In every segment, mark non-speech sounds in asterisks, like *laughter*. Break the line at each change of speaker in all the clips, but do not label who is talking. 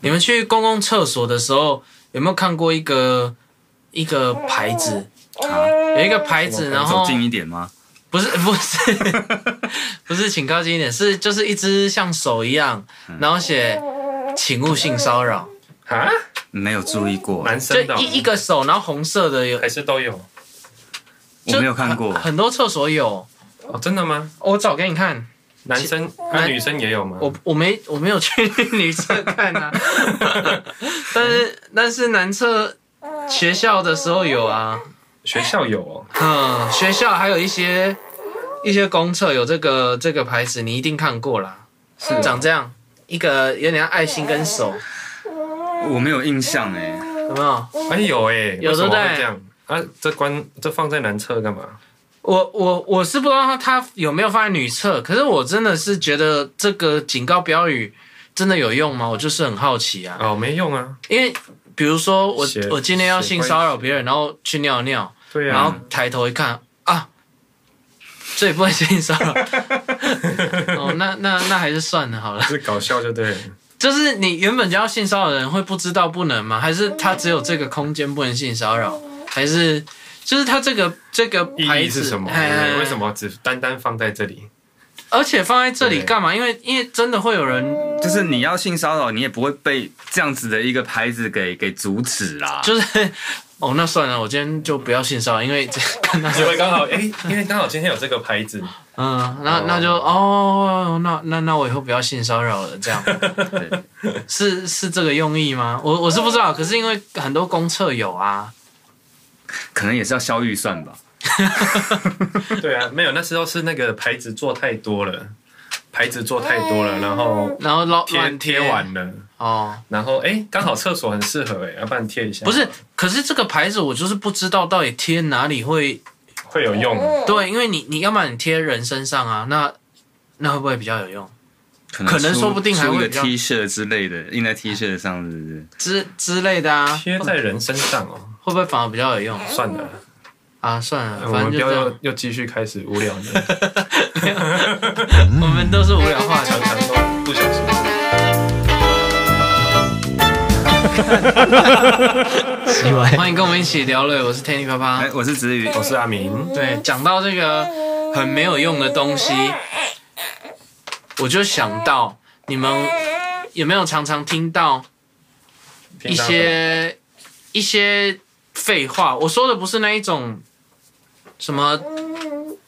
你们去公共厕所的时候，有没有看过一个一个牌子？
啊，
有一个牌子，然后
走近一点吗？
不是 *laughs* 不是不是，请靠近一点，是就是一只像手一样，
嗯
然后写“请勿性骚扰
啊，
没有注意过，
男”，
就
生的哦
一一个手，然后红色的有，
还是都有
我没有看过
就很很多厕所有，
哦，真的吗？
我找给你看，
男生那、
男
女生也有吗？
我我没我没有去女厕看
*laughs*
啊，但是但是男厕学校的时候有啊，
学校有哦，
嗯，学校还有一些一些公厕有这个这个牌子，你一定看过啦，是长这样一个有点像爱心跟手，
我没有印象哎。
有没有？
哎、有哎、
有
为
对
什
不
么
对
会这样啊？这关这放在男厕干嘛？
我我我是不知道他他有没有放在女厕，可是我真的是觉得这个警告标语真的有用吗？我就是很好奇啊，
哦，没用啊。
因为比如说我
写
我今天要
写
性
关
骚扰别人，然后去尿尿，
对
然后
啊，
抬头一看啊，这也不能性骚
*laughs*
扰，哦，那那那还是算了好了。
是搞笑就对了。
就是你原本就要性骚扰的人会不知道不能吗？还是他只有这个空间不能性骚扰？还是就是他这个这个
意
牌
义
子
是什么？
嘿嘿嘿
为什么只单单放在这里？
而且放在这里
对
干嘛？因为因为真的会有人， *laughs*
就是你要性骚扰，你也不会被这样子的一个牌子给给阻止啦。
就是哦，那算了，我今天就不要性骚扰，因为 *laughs* 这看到
因为刚好哎、因为刚好今天有这个牌子，
嗯，那那就哦，那那那我以后不要性骚扰了，
*laughs*
这样
对
是是这个用意吗？我我是不知道，可是因为很多公厕有啊， *laughs*
可能也是要消预算吧。
对啊，没有那时候是那个牌子做太多了，牌子做太多了，然后
然后乱
贴
嗯乱
贴完了，
哦，
然后哎，刚、好厕所很适合哎、要不然贴一下，
不是，可是这个牌子我就是不知道到底贴哪里会
会有用？
对，因为你你要么你贴人身上啊，那那会不会比较有用？
可
可能
出
说不定还会
出一个
比较
T 恤之类的，印在 T 恤上是不是？
之之类的啊，
贴在人身上哦，
会不会反而比较有用
算了，
啊？算
呃
了，
我
哎反
们
正就
不要
这
又
样，
又继续开始无聊的，嗯
我们都是无聊话
常
题。啊
常都不小心。
奇怪，
欢迎跟我们一起聊了，我是天地啪
哎、
啪。
我是子宇，
我是阿明，
对，讲到这个很没有用的东西，我就想到你们有没有常常听到一
平常
些一些废话。我说的不是那一种什么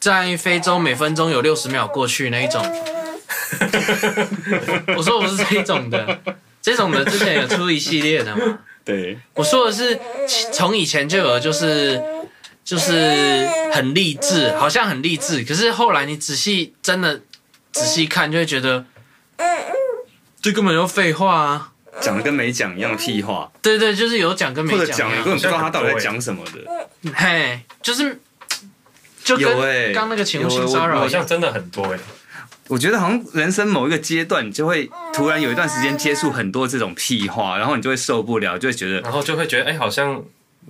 在非洲每分钟有六十秒过去那一种，我说我不是这一种的，这种的之前有出一系列的嘛。
对，
我说的是从以前就有，就是就是很励志，好像很励志，可是后来你仔细真的仔细看，就会觉得这根本就废话啊。
讲的跟没讲一样的屁话，
对对，就是有讲跟没
或者
讲啊一
讲了
样
根本不知道他到底在讲什么
欸
的。
嘿，就是就
有欸
跟刚那个情
有
绪
欸
性骚扰
好
一样
像，真的很多哎、
我觉得好像人生某一个阶段，你就会突然有一段时间接触很多这种屁话，然后你就会受不了，就会觉得
啊
然后就会觉得哎、好像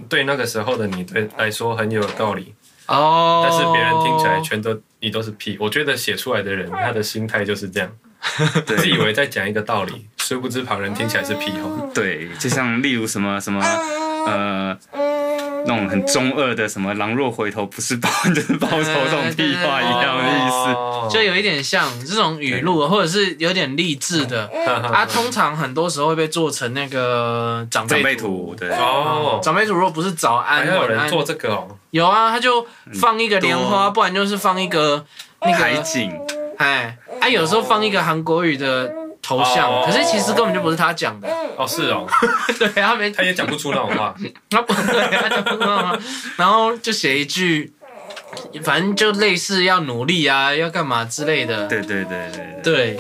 对那个时候的你对来说很有道理，
哦，
但是别人听起来全都你都是屁。我觉得写出来的
嗯
人他的心态就是这样，自以
对
为在讲一个道理，殊不知旁人听起来是屁哦话。
对，就像例如什么什么呃那种很中二的什么“狼若回头不是报恩就是报仇”这种屁话一样的意思。
哦
就有一点像这种语录，或者是有点励志的啊，通常很多时候会被做成那个长
长
辈嗯
辈图，对，
哦，
长辈图如果不是早
还
安
有
晚
人
安，
做这个哦，
有啊，他就放一个莲花，
嗯多
不然就是放一个那
海
个
景，
哎啊，有时候放一个韩国语的头像，
哦
可是其实根本就不是他讲的，
哦是哦，
对他没
他也讲不出那种话，
*laughs* 他啊不对，他就不弄啊然后就写一句，反正就类似要努力啊，要干嘛之类的。
对对对对对，
对，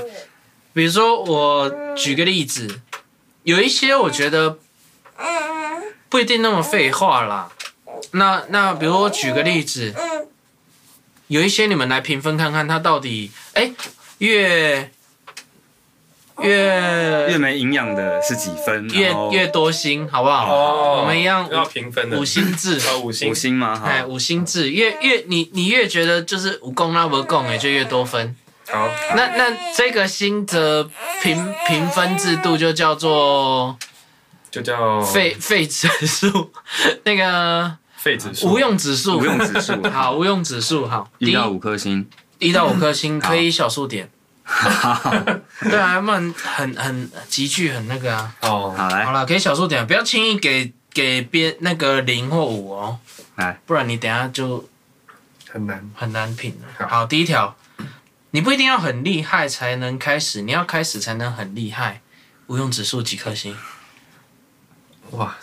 比如说我举个例子，有一些我觉得不一定那么废话啦。那那比如我举个例子，有一些你们来评分看看，它到底哎越
越
越
没营养的是几分，
越
然后
越多星好不好？
哦
我们一样
要评分的
五星
*laughs*
制。
哦五星
五星吗？
哎，
哈，
五星制越越你你越觉得就是武功那不共哎，就越多分。
好，
那那这个新的评评分制度就叫做
就叫
废废指数， *laughs* 那个
废指数
无用指数，
无用指数
*laughs* 好，无用指数好，
*laughs* 一
第
到五颗星， *laughs*
一到五颗星
好
可以小数点，对啊，他们很很极具很那个啊。
哦，
好
好
来
了，给小数点，不要轻易给给边那个零或五哦，
来，
不然你等一下就
很难。
很难评了。
好
好，第一条，你不一定要很厉害才能开始，你要开始才能很厉害。无用指数几颗星？
哇，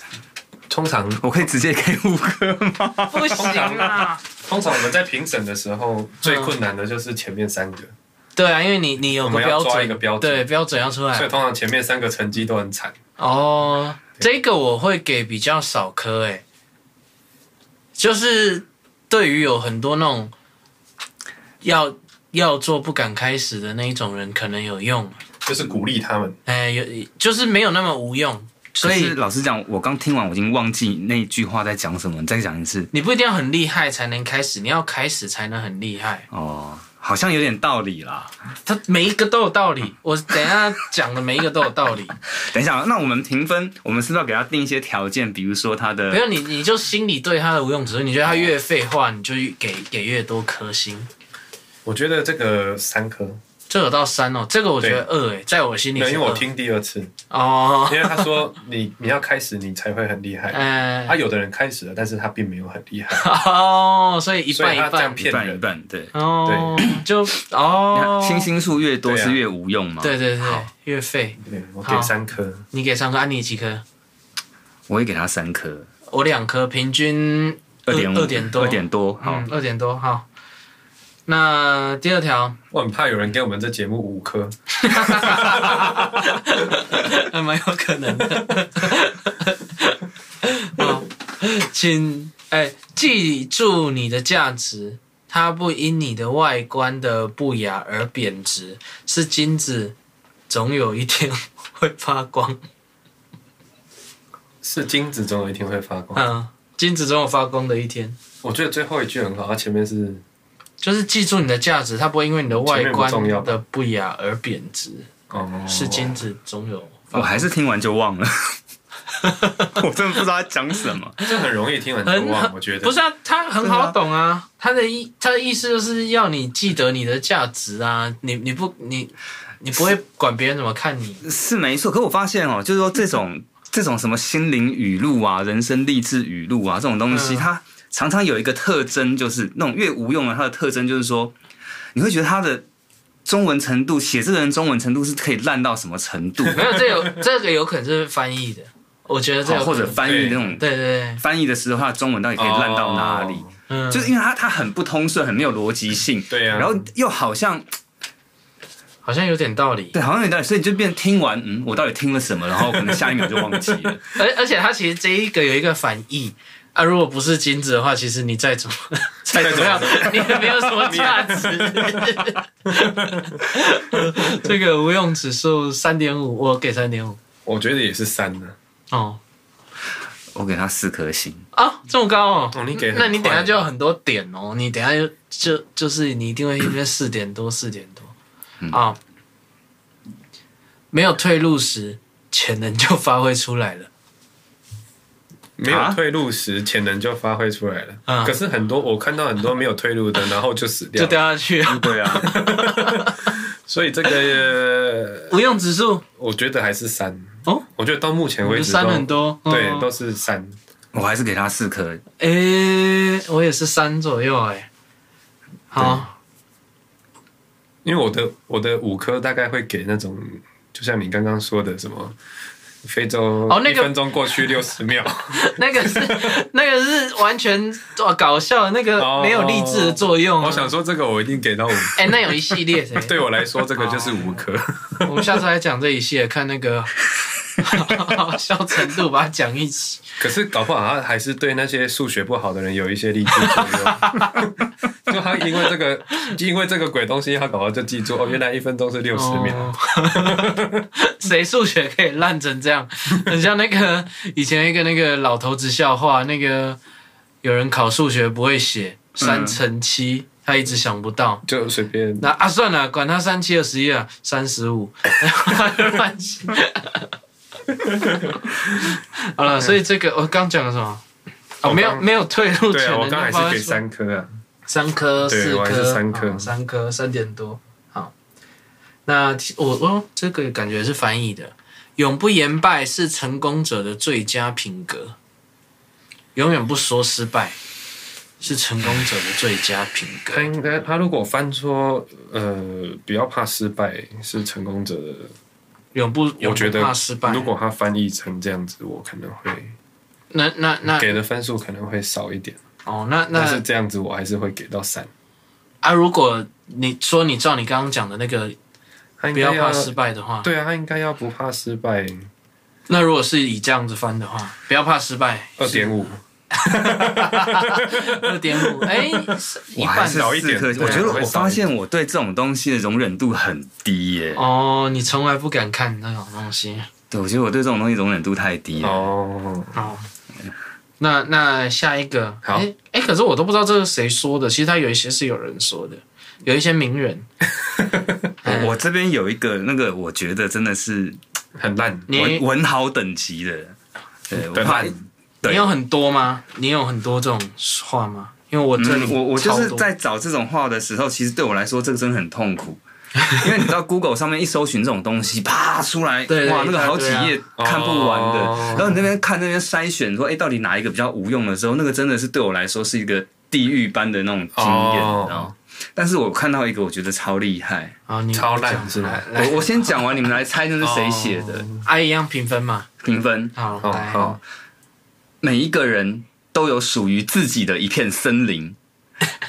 通常
我可以直接给五颗吗？
*laughs* 不行啊啦！
通常我们在评审的时候，最
嗯
困难的就是前面三个，
对啊，因为你你有
我
个
们
标
要抓
准，
一个标准
对标准要出
所以
来。
通常前面三个成绩都很惨。
哦，这个我会给比较少颗诶、就是对于有很多那种要要做不敢开始的那一种人，可能有用。
就是鼓励他们。
哎，有就是没有那么无用，所
可是
以
老实讲，我刚听完，我已经忘记那句话在讲什么，你再讲一次。
你不一定要很厉害才能开始，你要开始才能很厉害。
哦，好像有点道理啦。
它每一个都有道
*laughs*
理，我等一下讲的每一个都有道理。
等一下，那我们评分，我们是不是要给他定一些条件？比如说他
没
的
有你，你就心里对他的无用指数，你觉得他越废话，你就给给越多颗星。
我觉得这个三颗，
这有到三哦，这个我觉得二诶，在我心里
没有，
是
因为我
二
听第二次，
哦 *laughs*
因，为他说你你要开始，你才会很厉害。啊
嗯
他、，有的人开始了，但是他并没有很厉害，
哦，所以一
所
半
以他
一
这样
半，
一
骗
半一
人。
半，对。
哦，就
你看
哦，
星，星数越多
对啊
是越无用嘛？
对对对
好，
越废，
对，我
好
给三颗，
你给三颗，安妮几颗？
我会给他三颗，
我两颗，平均
二点五，
二点多，
二点多。好
嗯，，二点多，好。那第二条，
我很怕有人给我们这节目五颗。
还 *laughs* 蛮有可能的。 *laughs* 好，请哎、记住你的价值，它不因你的外观的不雅而贬值，是金子，总有一天会发光。
是金子总有一天会发
*laughs*
光。
嗯，金子总有发光的一天。
我觉得最后一句很好，它前面是
就是记住你的价值，它不会因为你的外观
前面不重要吧
的不雅而贬值，
哦，
是金子总有发
我
光。
还是听完就
*laughs*
忘了，我真的不知道他讲什么。
这很容易听很
很
多忘，我觉得
不是啊，他很好
对啊
懂啊，他的意他的意思就是要你记得你的价值啊，你你不你你不会管别人怎么看你，
是没错，可我发现哦，就是说
*laughs*
这种这种什么心灵语录啊、人生励志语录啊这种东西，
嗯
它常常有一个特征，就是那种越无用的，它的特征就是说，你会觉得它的中文程度，写这个人中文程度是可以烂到什么程度，
没有 *laughs* 这有这个有可能是翻译的，我觉得这
好
有可
哦或
能
者翻译那种
对对对，
翻译的时候，它的中文到底可以烂到哪里？
哦
嗯，
就是因为它它很不通顺，很没有逻辑性，
对啊
然后又好像
好像有点道理，
对，好像有道理，所以你就变听完，嗯，我到底听了什么，然后可能下一秒就忘记
*laughs*
了。
而而且他其实这一个有一个反义。啊，如果不是金子的话，其实你再怎么再怎么样，你也没有什么价值。这个无用指数三点五，我给三点五。
我觉得也是三啊呢、
哦，
我给他四颗星，
啊，这么高哦！
哦你给很
那你等一下
快
就有很多点哦，你等一下就就就是你一定会因为四点多四点多啊、没有退路时，潜能就发挥出来了。
没有
啊
退路时，潜能就发挥出来了。
嗯
可是很多我看到很多没有退
*laughs*
路的，然后就死掉
就
了。
掉下去
嗯
了，
对啊。
所以这个、呃
无用指数
我觉得还是三。
哦，
我觉得到目前为
就
止
删
都
很多，
对，
嗯
都是三。
我还是给他四颗。
诶、我也是三左右诶、好，
因为我的我的五颗大概会给那种，就像你刚刚说的什么。非洲
哦那个
一分钟过去六十秒，
那个
*laughs*
是那个是完全哦搞笑的，那个 *laughs*
哦
没有励志的作用、啊
我想，说这个我一定给到五。
哎、那有一系列的、
*laughs* 对我来说，这个就是五 *laughs* 颗。
*laughs* 我们下次来讲这一系列，看那个 *laughs* 好笑程度，把它讲一起。
可是搞不好他还是对那些数学不好的人有一些励志作用。 *laughs* 就他因为这个，因为这个鬼东西，他搞不好就记住哦，原来一分钟是六十秒。
哦 *laughs* 谁数学可以烂成这样？很像那个以前一个那个
嗯
老头子笑话，那个有人考数学不会写三乘七，他一直想不到。
就随便。
那啊，算了，管他三七二十一啊，三十五， *laughs* 乱写。好了，所以这个我刚讲了什么？哦，
嗯我
没有
刚
没有退路
对
钱
啊，
的，
我刚
那
还
不好
是给
意思
三颗啊。
三颗、
对
四
我还
颗、
是三颗
啊三颗三点多。好，那其我哦，这个感觉是翻译的，永不言败是成功者的最佳品格，永远不说失败是成功者的最佳品格
他。应该，他如果翻说，呃，不要怕失败，是成功者的。
永不
我
永
觉
不
得
怕失败。
如果他翻译成这样子，我可能会
那那那
给的分数可能会少一点，
哦，那
但是
那
这样子我还是会给到三。
啊，如果你说你照你刚刚讲的那个
他应
不
该
要
要
怕失败的话，
对啊，他应该要不怕失败，
那如果是以这样子翻的话，不要怕失败，
二点五，
二点五，哎，是一
我还
半
是
少一点
四颗
对啊
我觉得
会
我
少
发
一点
现我对这种东西的容忍度很低耶、
哦，你从来不敢看那种东西
对，我觉得我对这种东西容忍度太低了。
哦，
哦。那那下一个，
好
哎、哎可是我都不知道这是谁说的。其实他有一些是有人说的，有一些名人。哎
我我这边有一个那个，我觉得真的是
很烂。
你
文文豪等级的，对，我
很
怕
烂
你有很多吗？你有很多这种话吗？因为我这里、
嗯、我我就是在找这种话的时候，其实对我来说这个真的很痛苦， *laughs* 因为你知道 Google 上面一搜寻这种东西，啪出来，
对对啊
哇，那个好几
一
页看不完的。
哦
然后你那边看那边筛选说，哎、到底哪一个比较无用的时候，那个真的是对我来说是一个地狱般的那种经验，
哦
你知道吗？但是我看到一个，我觉得超厉害。
啊，你
超烂
讲
是吗
来来
我我先讲完，你们来猜那是谁写的
啊，一样评分嘛。
评分。
好，
哦，
来，
好，
每一个人都有属于自己的一片森林，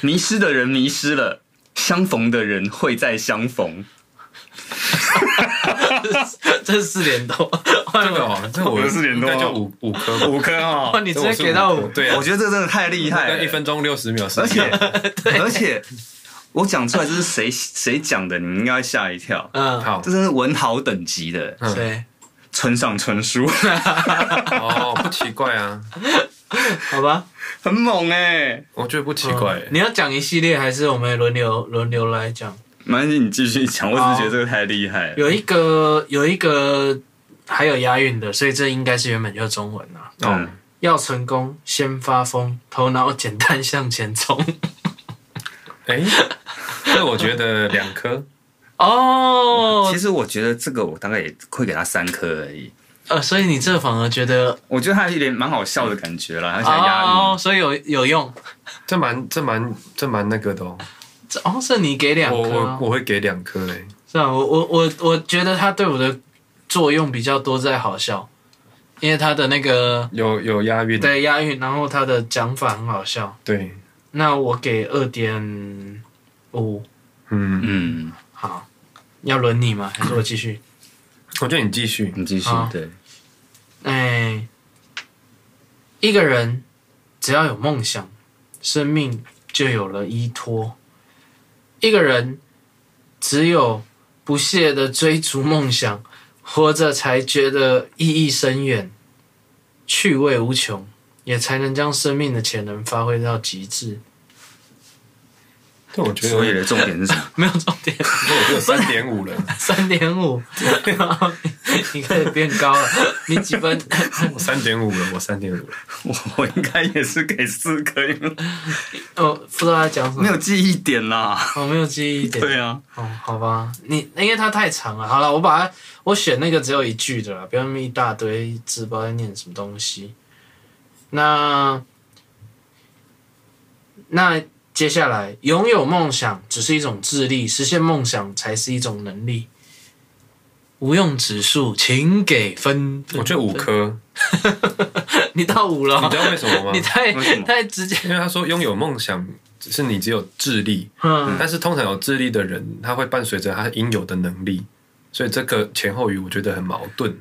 迷失的人迷失了，相逢的人会再相逢。
*laughs* 这是四点多，
这个哦，这我
我是联动啊
应该就五五颗吧，
五 *laughs* 颗哦，
*laughs* 哇，你直接给到我，
对啊，
我觉得这个真的太厉害
那一
了，
分钟六十秒时
而
间
且，而且我讲出来这是谁谁讲的，你们应该会吓一跳。
嗯，，
好
这真是文豪等级的
嗯
对，
村上春树，
哦，不奇怪啊，
好吧。
很猛哎、
我觉得不奇怪
嗯。你要讲一系列，还是我们轮流轮流来讲？
没关系，你继续讲，我只是觉得这个太厉害了。
有一个有一个还有押韵的，所以这应该是原本就是中文啊。
哦
嗯，
要成功，先发疯，头脑简单向前冲。
哎，那我觉得两颗，
哦
哦
*laughs*
其，实我觉得这个我大概也会给他三颗而已，
呃，所以你这反而觉得
我觉得他有点蛮好笑的感觉啦，而且押韵。
哦，所以有有用。
这蛮这蛮这蛮那个的哦。
这哦，是你给两
我
颗
我
哦，
我会给两颗嘞，
是啊，我我我我觉得它对我的作用比较多在好笑，因为它的那个
有有押韵，
对押韵，然后它的讲法很好笑。
对，
那我给二点五，
嗯，
嗯，
好，要轮你吗？还是我继续？
我觉得你继续，
你继续
好
对，
哎，一个人只要有梦想，生命就有了依托。一个人只有不懈的追逐梦想，活着才觉得意义深远，趣味无穷，也才能将生命的潜能发挥到极致。
但我觉得
所以的重点是什
*laughs*
么？
没有重点， *laughs*
我只有三点五了，
三点五， *laughs* 你开始变高了。你几分？ *laughs*
我 *laughs* 三点五了，我三点五了，
我我应该也是给四颗，因
嗯
为
哦，不知道他讲什么，哦
没有记忆点啦。
我没有记忆点。
对啊，
哦，好吧，你因为它太长了，好了，我把它我选那个只有一句的啦，不要那么一大堆字，不知道在念什么东西。那那接下来，拥有梦想只是一种智力，实现梦想才是一种能力。无用指数，请给分。
我觉得五颗，
你到五了，
你知道为什么吗
*laughs* 你？太
为什么
太直接。
因为他说拥有梦想只是你只有智力，
嗯，
但是通常有智力的人，他会伴随着他应有的能力，所以这个前后语我觉得很矛盾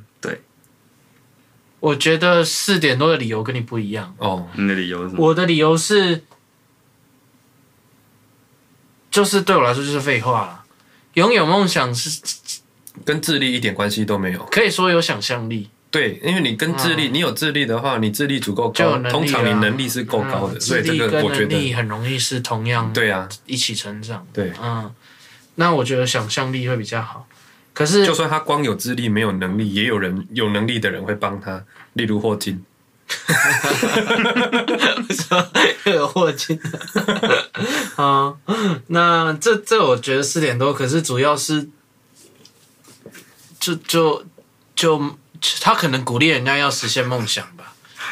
我觉得四点多的理由跟你不一样。
哦。
你的理由是什么？
我的理由是，就是对我来说就是废话了。拥有梦想是
跟智力一点关系都没有。
可以说有想象力，
对，因为你跟智力，你有智力的话，你智力足够
嗯就有
高，
能力啊
哦通常你能力是够
嗯
高的，所
智
以这
力
个
跟
我觉
能
得
力很容易是同样
对啊，
一起成长。
对，
嗯，那我觉得想象力会比较好。可是
就算他光有智力没有能力，也有人有能力的人会帮他，例如霍金。
又有霍金。啊，那这这我觉得四点多，可是主要是就就就他可能鼓励人家要实现梦想吧。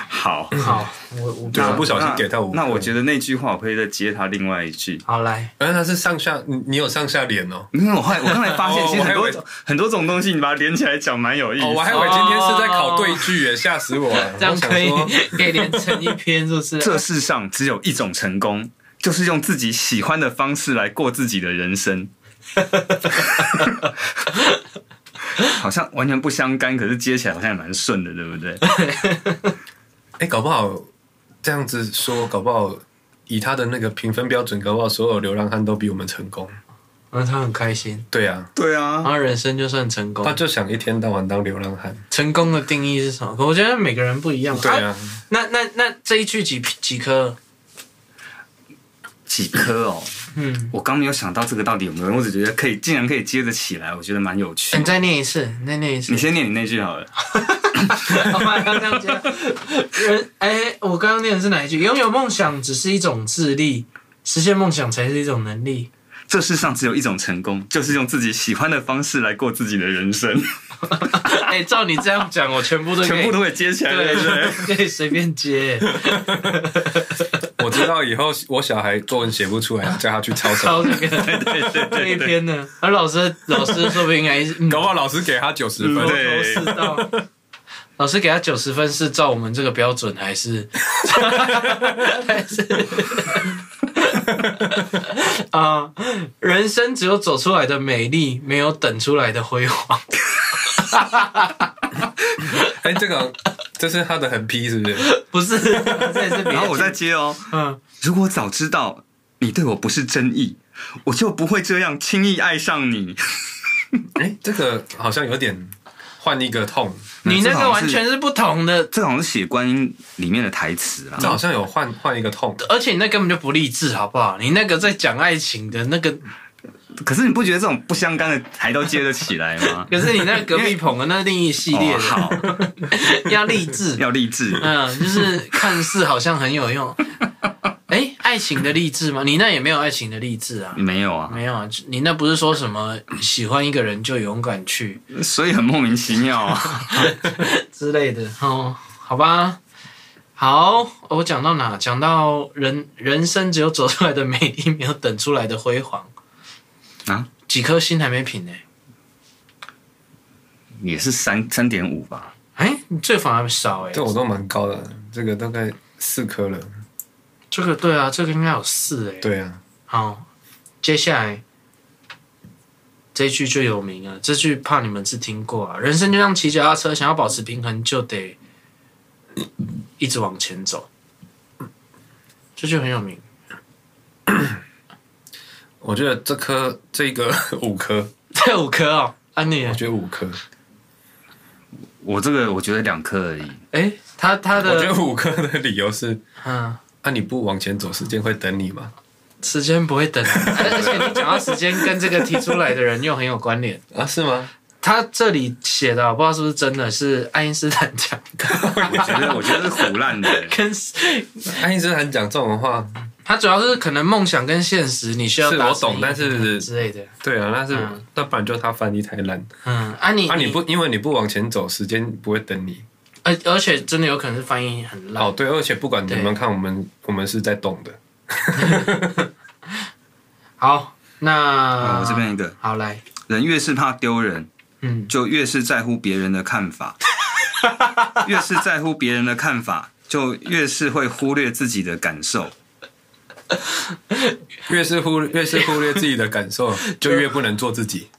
好，
好，我我
对
那
我不小心给他五
那
分
我觉得那句话我会再接他另外一句。
好来，
而呃他是上下，你你有上下脸哦。
因为我后来我刚才发现，
哦
其实很
我还
多
以为
很多种东西，你把它连起来讲，蛮有意思。
哦，我还以为今天是在考对句耶，吓死我了！
哦 *laughs* 这样
我想
可以
说
可以连成一篇，是不是？
这世上只有一种成功，就是用自己喜欢的方式来过自己的人
*laughs*
生。好像完全不相干，可是接起来好像也蛮顺的，对不对？
哎、搞不好这样子说，搞不好以他的那个评分标准，搞不好所有流浪汉都比我们成功。
然后他很开心，
对啊，
对
然
啊，
后人生就算成
他
功。
就想一天到晚当流浪汉。
成功的定义是什么？我觉得每个人不一样。
对啊，
那那那这一句几几颗？
几颗哦，
嗯，
我刚没有想到这个到底有没有用，我只觉得可以，竟然可以接得起来，我觉得蛮有趣
哎你。再念一次，你再念一次。
你先念你那句好了，
*laughs* 我哦刚刚这样讲，人哎，我刚刚念的是哪一句？拥有梦想只是一种智力，实现梦想才是一种能
*laughs*
力。
这世上只有一种成功，就是用自己喜欢的方式来过自己的人生，
哎，照你这样讲，我全部都可以
全部都会接起来，对不对？
对，可以随便接，
*laughs* 我知道以后我小孩作文写不出
*laughs*
来，叫他去抄
超
抄。
这个
对对
这一
对对，
篇呢。而老师老师说不定还嗯
搞不好老师给他九十分
头，
对
头是道。老师给他九十分是照我们这个标准还是还是啊、人生只有走出来的美丽，没有等出来的辉煌。 *laughs*
哎、这个这是他的很批，是不
*laughs* 不
是？
是，这也是别
然后我
的。
再接哦。
嗯，
如果早知道你对我不是真意，我就不会这样轻易爱上你。
哎、这个好像有点换一个痛，
你那
这好
个
像
完
是
全是不同的，
这好像是写观音里面的台词啦
这。好像有换换一个痛。
而且你那根本就不励志，好不好？你那个在讲爱情的那个，？
可是你不觉得这种不相干的台都接得起来吗
可是你那隔壁捧的那另 *laughs* 一系列
哦，
的，
好，
*laughs* 要励志。
要励志。
嗯，就是看似好像很有
*laughs*
用。哎、爱情的励志吗？你那也没有爱情的励志
嗯
啊，
没有啊，
没有啊。你那不是说什么喜欢一个人就勇敢去
所以很莫名其妙啊。
之类的哦？好吧，好，我讲到哪？讲到人人生只有走出来的美丽，没有等出来的辉煌
啊。
几颗星还没品呢、
也是三三点五吧，
哎、你这反而少哎、
这我都蛮高的，这个大概四颗了。
这个对啊，这个应该有四哎、
对啊，
好，接下来这句就有名啊了，这句怕你们是听过啊。人生就像骑脚踏车，想要保持平衡就得一直往前走，这句很有名。
我觉得这颗这个 *laughs* 五颗，
这五颗哦，安妮
我，觉得五颗，
我这个我觉得两颗而已。
哎，他他
我觉
的
得五颗的理由是：
嗯，
啊，你不往前走，时间会等你嘛？
时间不会等人，而且你讲到时间跟这个提出来的人又很有关联。
啊，是吗？
他这里写的，我不知道是不是真的，是爱因斯坦讲的，，
我觉得我觉得是胡乱的
*laughs* 跟
爱因斯坦讲这种话，
他主要是可能梦想跟现实你需要
是
达
我
成
懂
一个
但是
平衡之类的。
对啊，那是、
嗯
那不然就他翻译太烂。
嗯，啊你
啊，你不，因为你不往前走，时间不会等你。
而而且真的有可能是翻译很烂。
哦，对，而且不管你
对
们看，我们我们是在动的。
好，那
我这边一个
好来， *laughs*
人越是怕丢人，
嗯，
就越是在乎别人的看法，越是在乎别人的看法，就越是会忽略自己的感受。
越是忽越是忽略自己的感受，就越不能做自己。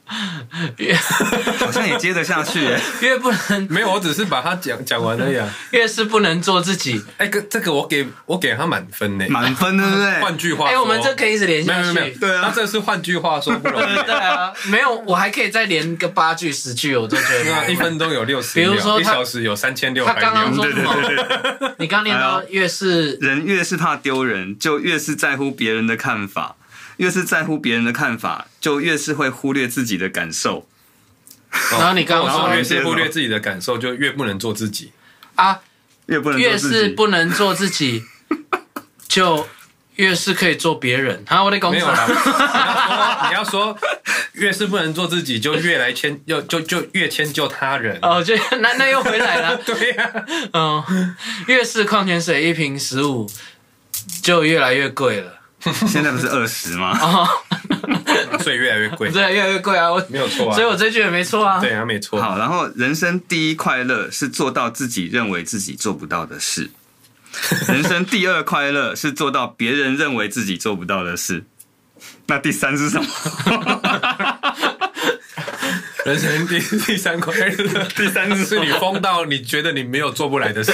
越
好像也接得下去耶。
越不能， *laughs*
没有，我只是把它讲讲完而已啊。
越是不能做自己。
哎、哥，这个我给我给他满分呢。
满分，对不
换
对？
句话
哎、
说，
我们这可以一直连
没
下
有
去。
没有没有，
对啊
他这是换句话说不容易。
对啊， *laughs* 没有，我还可以再连个八句十句，我都
*laughs*
觉
那
得。
啊一分钟有六十
比如说
秒，一
他
小时有三千六
他
百
刚刚
秒。
说
对
什
对对对
么？
对， *laughs*
你刚念
哎
到越是
人越是怕丢人，就越是在乎别人的看法；越是在乎别人的看法，就越是会忽略自己的感受。哦
然后你刚刚
然
说
后越是忽略自己的感受，就越不能做
*laughs*
自己。
啊，
越不能做
越
自己
是不能做自己，就越是可以做别人。啊，我的工
没有
作
啦，你要说你要说越是不能做自己，就越来迁，要就就越迁就他人。
哦，就 *laughs* 那那又回来了。
*laughs* 对啊呀、
嗯，越是矿泉水一瓶十五，就越来越贵了。
现在不是二十
*laughs*
吗？
哦，
所以越来越贵。
对，越来越贵啊！我
没有错啊
所以我这句也没错啊。
对啊，没错。
好，然后人生第一快乐是做到自己认为自己做不到的 *laughs* 事，人生第二快乐是做到别人认为自己做不到的事。那第三是 *laughs* 什么？
人生第第
*laughs*
三快乐，第三次是你疯到你觉得你没有做不来
*laughs*
的事。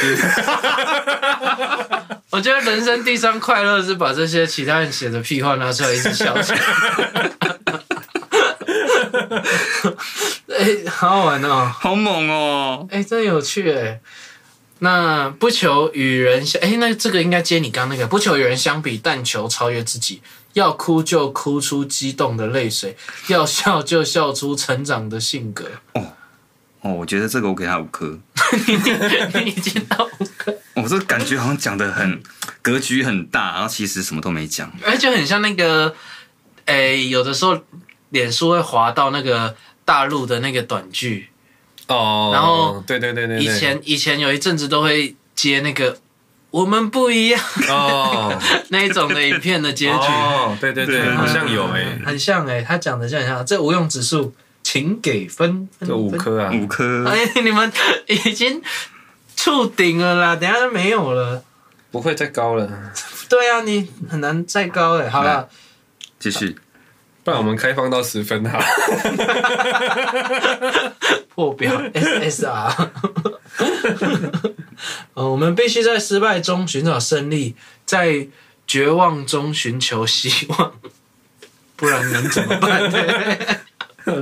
我觉得人生第三快乐是把这些其他人写的屁话拿出来一直笑起来。 *laughs* 哎、好好玩哦！
好猛哦！
哎、真有趣哎。那不求与人相，哎、那这个应该接你刚那个，不求与人相比，但求超越自己。要哭就哭出激动的泪水，要笑就笑出成长的性格。 *laughs*
哦，我觉得这个我给他五颗。
你已经到五个，
我、哦、这感觉好像讲的很格局很大，然后其实什么都没讲。
而且很像那个，哎、有的时候脸书会滑到那个大陆的那个短剧，
哦，
然后
对对对对对，
以前以前有一阵子都会接那个我们不一样 *laughs*
哦，
那一种的影片的结局。
哦，对对对，
对
好像有哎、
嗯很像哎、他讲的就很像。这无用指数，请给分。分
这五。颗啊，
五颗，
哎、你们已经触顶了啦，等一下就没有了。
不会再高了。
对啊，你很难再高哎、好了，
嗯
继续。
不然我们开放到十分啊哈。
破表
*laughs*
*laughs* SSR。呃，我们必须在失败中寻找胜利，在绝望中寻求希望，不然能怎么
*laughs*
办？ *laughs* 哎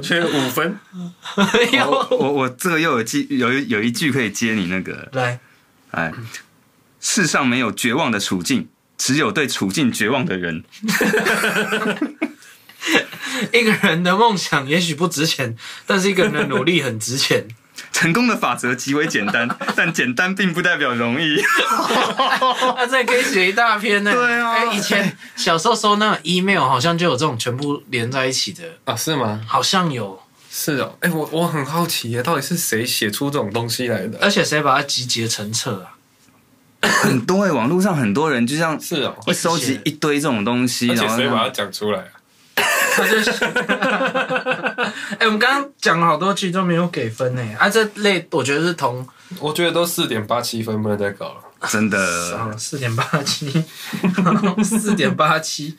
缺五分，
有
我我这个又有记有一有一句可以接你那个，
来，
哎，世上没有绝望的处境，只有对处境绝望的人。
*laughs* 一个人的梦想也许不值钱，但是一个人的努力很值 *laughs* 钱。
成功的法则极为简
*laughs*
单，但简单并不代表容易。
啊，这可以写一大篇呢。
对啊
哎以前小时候收那种 email，好像就有这种全部连在一起的，
*laughs* 啊？是吗？
好像有，
是哦。哎、我我很好奇耶，到底是谁写出这种东西来的？
而且谁把它集结成册啊？
很多哎、网络上很多人就像
是哦，
会收集一堆这种东西，
而且
然后
谁把它
让
讲出来、啊？
他就是，哎、我们刚刚讲了好多句都没有给分呢。啊，这类我觉得是同
我觉得都四点八七分，不能再高了。
真
*laughs*
的
啊四点八 *laughs* 七，四点八七。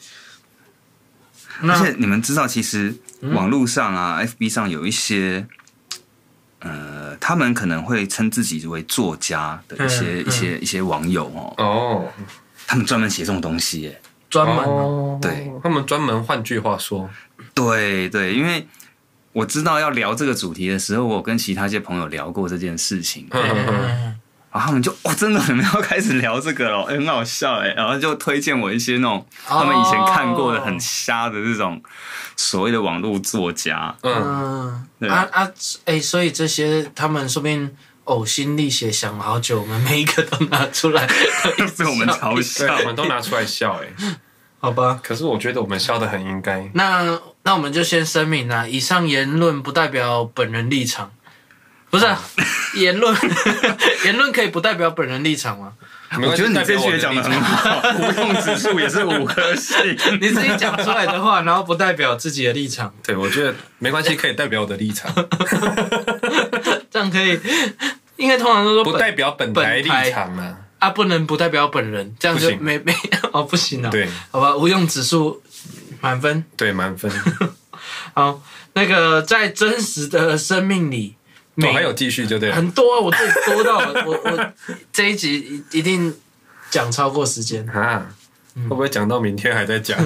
而
那
且你们知道，其实
嗯
网络上啊、f b 上有一些，呃，他们可能会称自己为作家的一些、
嗯嗯
一些一些网友哦，
哦，
他们专门写这种东西耶。
专门哦、
哦，
对，
他们专门换句话说，
对对，因为我知道要聊这个主题的时候，我有跟其他一些朋友聊过这件事情，
嗯嗯 *laughs* 嗯，
嗯
然后他们就哇，真的你们要开始聊这个了，哎 *laughs* 很好笑哎，然后就推荐我一些那种他们以前看过的很瞎的这种所谓的网络作家，
嗯
嗯，
对
啊啊，哎、所以这些他们说不定呕心沥血想了好久，我们每一个都拿出来， *laughs*
都被我们嘲
对，
笑
我。们都拿出来笑哎、
好吧？
可是我觉得我们笑的很应该。
那那我们就先声明啦，以上言论不代表本人立场，不是、啊、言论， *laughs* 言论可以不代表本人立场吗？
没
我
关系
觉得你
代
这
表
句
我
也
的
讲的
立
很
场
好，无用指数也是五颗星。
你自己讲出来的话，然后不代表自己的立场，
对，我觉得没关系，可以代表我的立场，
这样可以？应该通常都说
不
本
代表本台立场啊。
啊，不能不代表本人，这样
不
就
行
没 *laughs* 没哦，不行了、
对
好吧，无用指数满分。
对，满分。
好，那个在真实的生命里，*laughs*
我
每
哦还有继续就对了。
很多啊，我自己多到 *laughs* 我我我这一集一定讲超过时间， *laughs*
啊，会不会讲到明天还在讲？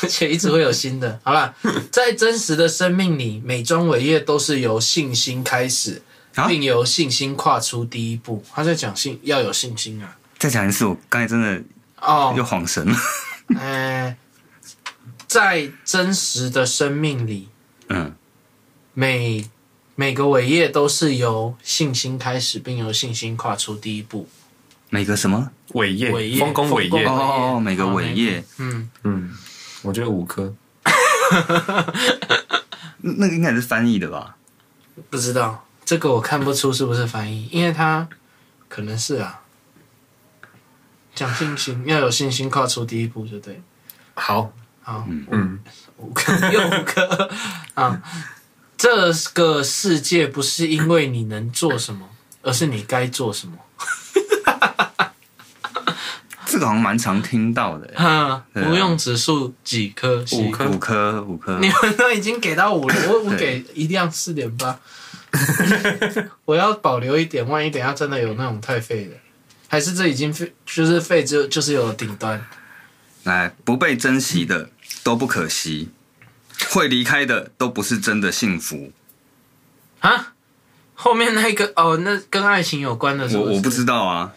而且一直会有新的。好了，在真实的生命里，美妆伟业都是由信心开始，
啊
并由信心跨出第一步。他在讲信要有信心啊。
再讲一次，我刚才真的
哦，
又恍神了。
呃，在真实的生命里，
嗯，
每每个伟业都是由信心开始，并由信心跨出第一步。
每个什么？
伟
伟
业，
业
丰功伟业
丰
哦
功，
哦哦，每个
哦
伟业，
嗯，
嗯，我觉得五颗。
那那个应该也是翻译的吧？
不知道这个我看不出是不是翻译，因为他可能是啊。讲信心，要有信心跨出第一步，就对。
好，
好，
嗯，
五个又五个啊！这个世界不是因为你能做什么，而是你该做什么。
这个好像蛮常听到的、欸。
哈，
对啊
无用指数几颗星？
五颗
五颗，五颗
你，们都已经给到五了，我我
对
给一定要四点
*laughs*
八，我要保留一点，万一等一下真的有那种太废的，还是这已经废，就是废就就是有顶端。
来，不被珍惜的都不可惜，会离开的都不是真的幸福。
啊，后面那个哦，那跟爱情有关的是
我
不是
我不知道啊，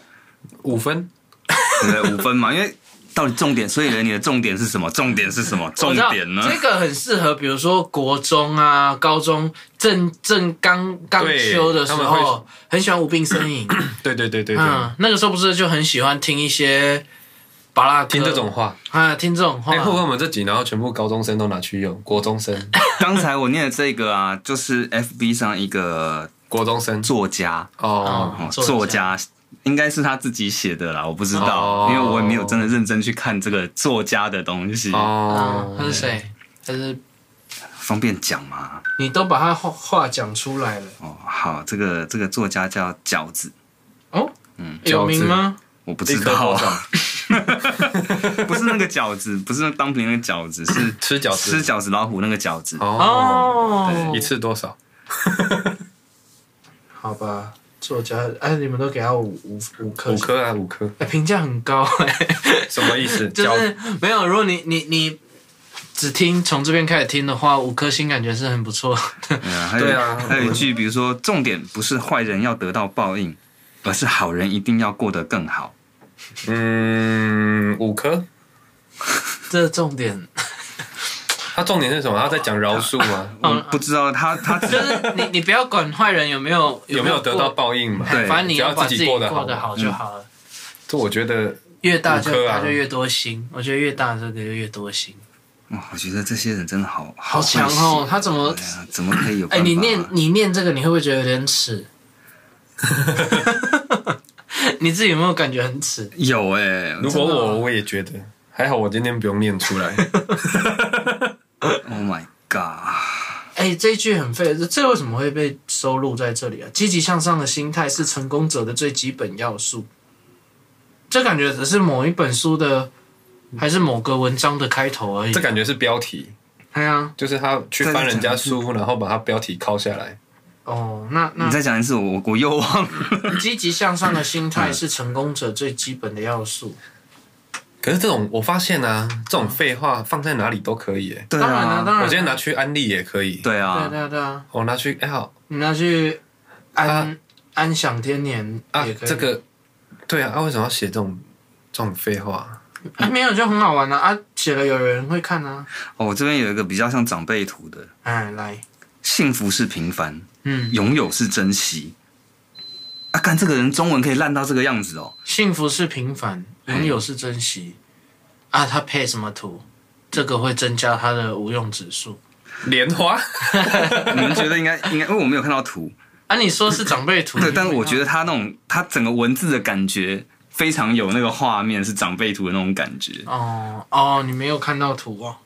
五分，
对不对？ *laughs* 五分嘛，因为到底重点，所以呢，你的重点是什么？重点是什么？重
*laughs* 我知道
点呢？
这个很适合，比如说国中啊、高中正正刚刚
对
修的时
他们会
候，很喜欢无病呻吟。
*laughs* 对对对对对，
嗯，那个时候不是就很喜欢听一些巴拉歌
听这种话。
啊，听这种话。
哎，会不会我们这集然后全部高中生都拿去用？国中生、
*laughs* 刚才我念的这个啊，就是 FB 上一个
国中生
嗯
作家
哦，
哦，
作家
作家应该是他自己写的啦，我不知
哦
道，因为我也没有真的认真去看这个作家的东西，
嗯
哦，
他是谁？他是
方便讲吗？
你都把他话话讲出来了
哦，好，这个这个作家叫饺子，
哦，
嗯
有名吗？
我不
一
知
颗
道
多
啊，
少？
不是那个饺子， *laughs* 不是那当兵那个饺
*laughs*
子，是
吃饺子
吃饺子老虎那个饺子。
哦，
哦，
一次多少？
好吧，作家，哎，你们都给他五五五颗
五
星，
颗啊，五颗，
哎，评价很高
*laughs*
哎，
什么意思？
*laughs* 就
饺
是没有。如果你你你只听从这边开始听的话，五颗星感觉是很不错。 *laughs*
对啊，还有
对啊
还有一句，比如说，重点不是坏人要得到报
嗯
应，而是好人一定要过得更好。
嗯，五颗。
这重点
他重点是什么？他在讲饶恕吗？
哦
我不知道
*laughs*
他他只
就是你你不要管坏人有没有
有没有哎得到
过，
报应嘛？
对
反正你
只要
要把
自己
己
过得好
过得好就好了。
这我觉得
越大
五颗
就
啊
他就越多星，我觉得越大这个就越多星，
哇，我觉得这些人真的好
好强哦！他怎
会
么
写！对啊，怎么可以有
哎、
办法啊？
你念你念这个，你会不会觉得有点耻？
*laughs*
你自己有没有感觉很耻？
有哎，
嗯
如果我我也觉得还好，我今天不用念出来。
Oh my God，
哎、这一句很废，这这为什么会被收录在这里啊？积极向上的心态是成功者的最基本要素。这感觉只是某一本书的，还是某个文章的开头而已。
这感觉是标题，
哎呀，
就是他去翻人家书，然后把他标题拷下来。
哦，那那
你再讲一次，我我我又忘了。
*laughs* 积极向上的心态是成功者最基本的要素。
可是这种我发现啊，这种废话放在哪里都可以、欸。
对
当然了，当
啊，
然
我
了，
今天拿去安利也可以，
对
对啊对
啊，
啊对啊，
我拿去哎好
你拿去安、
啊
安享天年
啊
也可以。
这个，对啊，啊为什么要写这种这种废话？
啊没有就很好玩啊，啊写了有人会看啊。
哦，我这边有一个比较像长辈图的，
哎，来，
幸福是平凡，
嗯，
拥有是珍惜。啊，看这个人中文可以烂到这个样子 *laughs* 哦，
幸福是平凡，拥有是珍惜。啊，他配什么图？这个会增加他的无用指数。
莲花，
你们觉得应该应该？因为我没有看到图，
啊，你说是长辈 *laughs* 图？
对，
你
但是我
没
觉得他那种他整个文字的感觉非常有那个画面是长辈图的那种感觉。
哦哦，你没有看到图哦，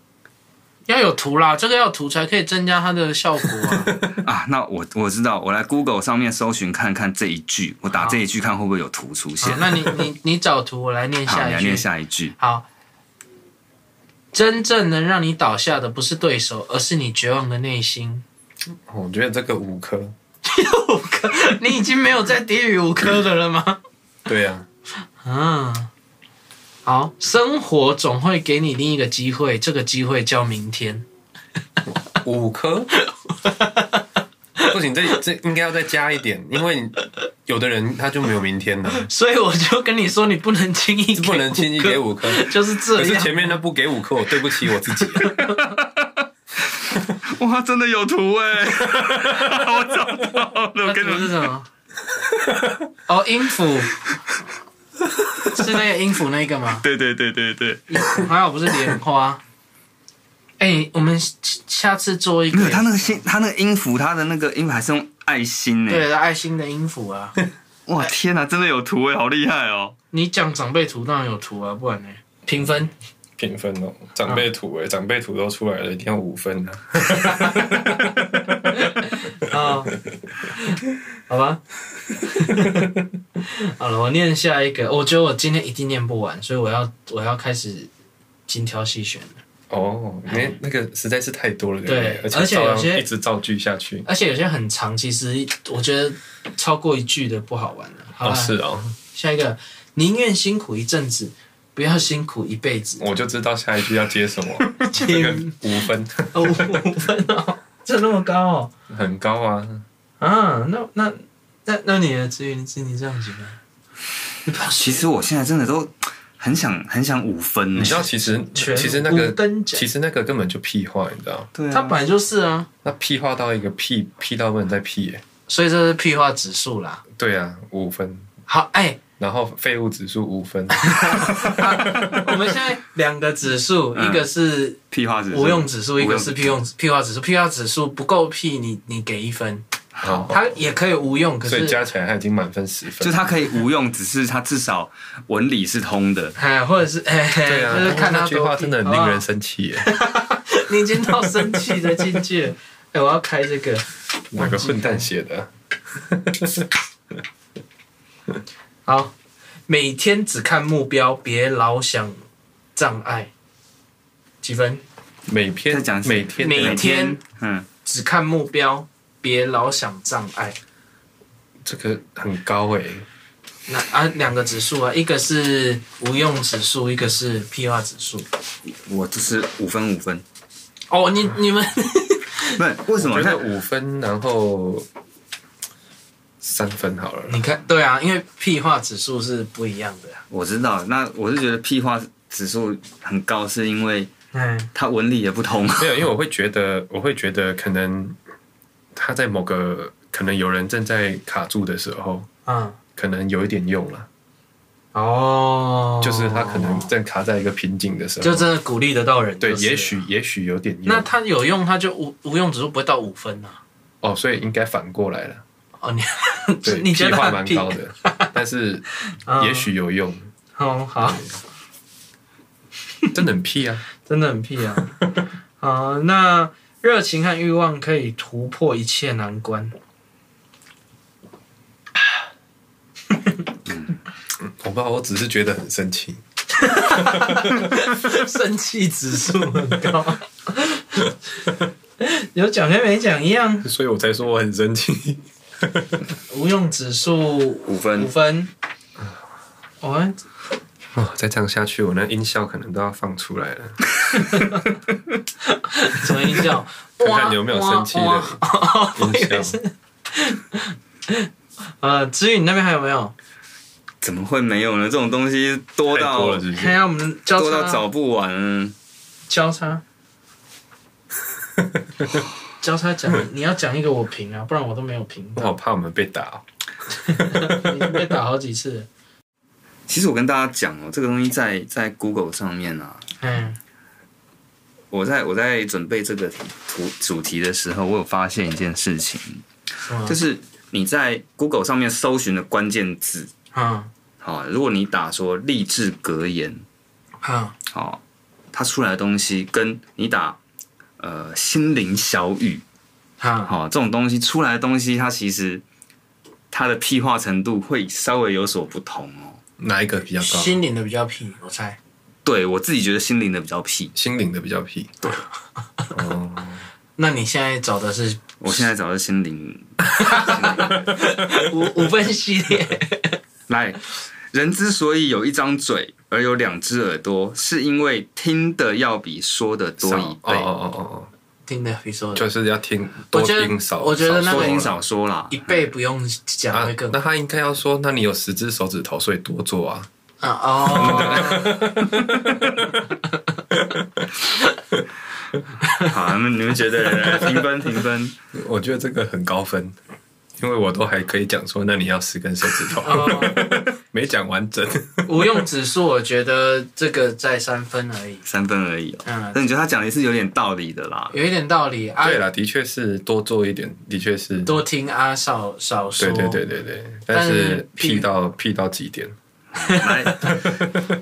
要有图啦，这个要有图才可以增加它的效果 *laughs* 啊。
啊，那我我知道，我来 Google 上面搜寻看看这一句，我打这一句看会不会有图出现
好。那你你你找图，我来念
好，
下
你
一
来
句。
念下一句。
好，真正能让你倒下的不是对手，而是你绝望的内心。
*laughs* 我觉得这个五颗，
五颗，你已经没有再低于五颗的了吗？
对呀、
啊，好，生活总会给你另一个机会，这个机会叫明天。
五 *laughs* 颗。不行，这这应该要再加一点，因为你有的人他就没有明天了，
所以我就跟你说，你不能轻易，
不能轻易给，五颗。
就是这
可是
样。
前面那不给五颗，我对不起我自己。
*laughs* 哇，真的有图 *laughs* 哎、我找到了，我
那
跟你
图是
们
什
*laughs*
么？哦，音符，是那个音符那个吗？
对对对对对，
还好不是莲花。哎、我们下下次做一个
没有他那个心，他那个音符，他的那个音符还是用爱心欸呢、
对爱心的音符啊。
哇，天哪、真的有图哎、好厉害哦！
你讲长辈图当然有图啊，不然呢？评分
评分哦，长辈图哎、长辈图都出来了，一定要五分啊！
啊、好吧。 *laughs* 好了，我念下一个，我觉得我今天一定念不完，所以我要我要开始精挑细选了。
哦，因为那个实在是太多了，
对
不对
而且
照样
有些
一直造句下去。
而且有些很长，其实我觉得超过一句的不好玩了。好
哦，
啦
是哦，
下一个，宁愿辛苦一阵子，不要辛苦一辈子。
我就知道下一句要接
*laughs*
什么，这个五分
哦，五分哦，这那么高哦？
很高啊，
啊，那那那那你的至于你是你这样子吗？你不要
其实我现在真的都很想很想五分欸呢、
你知道其实
全
其实那个
五等奖
其实那个根本就屁话，你知道？
对
他
啊，
本来就是啊，
那屁话到一个屁屁到不能再屁耶、
所以这是屁话指数啦。
对啊，五分，
好，哎、
然后废物指数
*laughs*
五分，
我们现在两个指
*laughs*
数，一
嗯
个是
屁话指数
无用指数，一个是
无
屁用屁话指数。屁话指数不够屁，你你给一分，
好，
它也可以无用，可
哦所以
是
加起来他已经满分十分，
就他可以无用，只是他至少文理是通的。
哎，或者是 *laughs* 哎，
对啊，
就是看他啊
那句
多
话
屁
真的很
好
令
不
人
好
生气耶、
你已经到生气的境界
*laughs*
了。哎、我要开这个。
哪个混蛋写的？
好，每天只看目标，别老想障碍。几分？
每篇
再讲一次
每天
每天
嗯，
只看目标，别老想障碍。
这个很高哎、
那啊，两个指数啊，一个是无用指数，一个是屁话指数。
我就是五分五分，
哦，你你们 *laughs*
不是为什么？
我觉
那
得五分，然后三分好了啦。
你看，对啊，因为屁话指数是不一样的、啊。
我知道，那我是觉得屁话指数很高，是因为
嗯，
他文理也不 *laughs* 通。
没有，因为我会觉得，我会觉得可能他在某个可能有人正在卡住的时候，
嗯，
可能有一点用了，
哦，
就是他可能正卡在一个瓶颈的时候，
就真的鼓励得到人、
对，
就是
也许也许有点用。
那他有用，他就无无用指数不会到五分呐、啊
哦，所以应该反过来了，
哦，你
对，
*laughs* 你觉
屁
得
话
很
蛮
屁 *laughs*
高的，但是也许有用，
哦，好，
真的很屁啊！
真的很屁啊！啊，那热情和欲望可以突破一切难关。
我不知道，我只是觉得很生气。
*laughs* 生气指数很高， *laughs* 有讲跟没讲一样。
*laughs* 所以我才说我很生气。
无用指数
五分
五分。哦，
*laughs* 哦，再这样下去，我那音效可能都要放出来了。
什么音效？
*laughs* 看看你有没有生气的
哇哇我以为
音
是
效。
呃，子宇，你那边还有没有？
怎么会没有呢？这种东西多
太多
到
了，是不
看一
是？
下我们交
多到找
叉
不完。
交叉 *laughs* 交叉讲，你要讲一个我评啊，不然我都没有评
我好怕我们被打、哦。
你被打好几次。
其实我跟大家讲哦，这个东西在在 Google 上面啊，
嗯，
我在我在准备这个题图主题的时候，我有发现一件事情，
就
就是是你在 Google 上面搜寻的关键字，
嗯
好，如果你打说励志格言，
嗯
好，它出来的东西跟你打呃心灵小语，
嗯，
好，这种东西出来的东西，它其实它的屁化程度会稍微有所不同哦。
哪一个比较高？
心灵的比较屁，我猜
对我自己觉得心灵的比较屁。
心灵的比较屁。对，哦，
那你现在找的是
我现在找的心灵
五五分系列，
来，人之所以有一张嘴而有两只耳朵，是因为听的要比说的多一
哦
倍。
哦哦
听的比说
哦，
的
就是要听
我
多
觉得
听少，
我觉得那个
少
多
说
听少说啦
一，倍不用讲
啊
会更，
那他应该要说，那你有十只手指头，所以多做啊。
啊哦，
*laughs* 好，你们你们觉得 *laughs* 来评分评分？
我觉得这个很高分，因为我都还可以讲说，那你要十根手指头，
哦
*laughs* 没讲完整。
无用指数我觉得这个在三分而已，
三分而已哦、
嗯
那你觉得他讲的是有点道理的啦？
有一点道理啊
对，啦，的确是多做一点，的确是。
多听啊少少说，
对对对对对，
但
但
是
是
屁
屁到屁到极点，
*laughs* 来，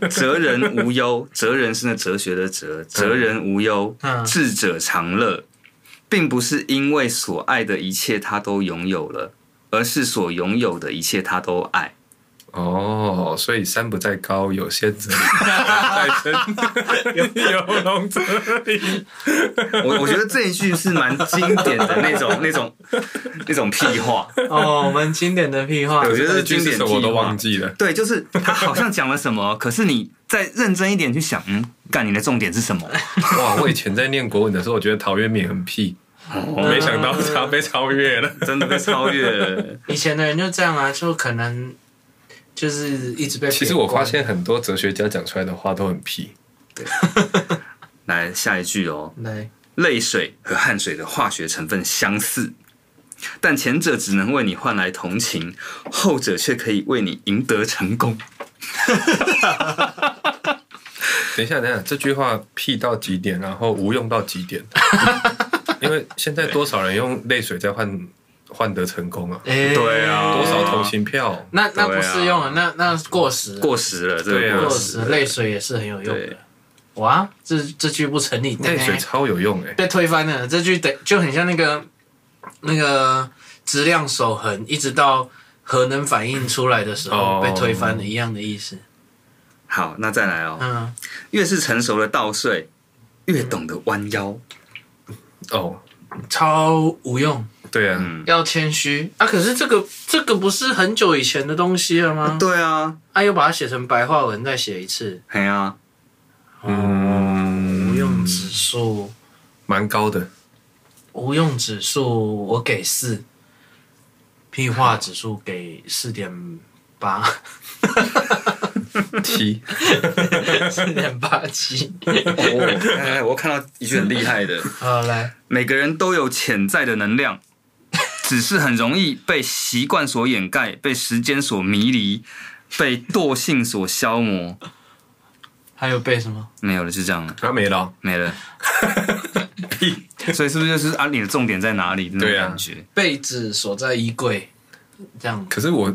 哲人无忧，哲人是那哲学的哲，哲人无忧
嗯，
智者常乐，并不是因为所爱的一切他都拥有了，而是所拥有的一切他都爱。
哦，所以山不在高，有仙则灵，在深， *laughs* 有龙则灵。
*laughs* 我我觉得这一句是蛮经典的那种 *laughs* 那种那种屁话，
哦，我们经典的屁话
我，觉得
*laughs* 这
是
句
经
是
典
什
屁话。
么 *laughs* 我都忘记了。
对，就是他好像讲了什么，可是你再认真一点去想，嗯，干你的重点是什么？
哇，我以前在念国文的时候，我觉得陶渊明很屁，没想到 *laughs* 他被超越了。
哦真的被超越了。
以前的人就这样啊，就可能就是一直被。
其实我发，现很多哲学家讲出来的话都很屁，
来下一句哦，
来，
泪水和汗水的化学成分相似，但前者只能为你换来同情，后者却可以为你赢得成功。
等一下，等一下，这句话屁到极点，然后无用到极点， *laughs* 因为现在多少人用泪水在换换得成功啊？
哎，
对啊
多少同情票？
那那
对啊
不适用了，那那过时了，
过时了，这
对啊
个
过
过
时
时。
泪水也是很有用的
对。
哇，这这句不成立，
泪水超有用哎、
被推翻了。这句等就很像那个那个质量守恒，一直到核能反应出来的时候
哦
被推翻了一样的意思。
好，那再来哦，
嗯，
越是成熟的稻穗，越懂得弯腰。
哦，
超无用，
对啊，
嗯，
要谦虚啊！可是这个这个不是很久以前的东西了吗？
对啊，
啊，又把它写成白话文再写一次，
嘿啊，
无
嗯，
用指数，
蛮高的，
无用指数我给四，屁话指数给四点八，
七，
四点八七。
哦，哎哎我看到一句很厉害 *laughs* 的，
好来，
每个人都有潜在的能量，只是很容易被习惯所掩盖，被时间所迷离，被惰性所消磨。
还有背什么？
没有了，就这样了，
他没了。
没 *laughs* 了。所以是不是就是啊？你的重点在哪里？那种
对啊
感觉。
被子锁在衣柜，这样
可是我，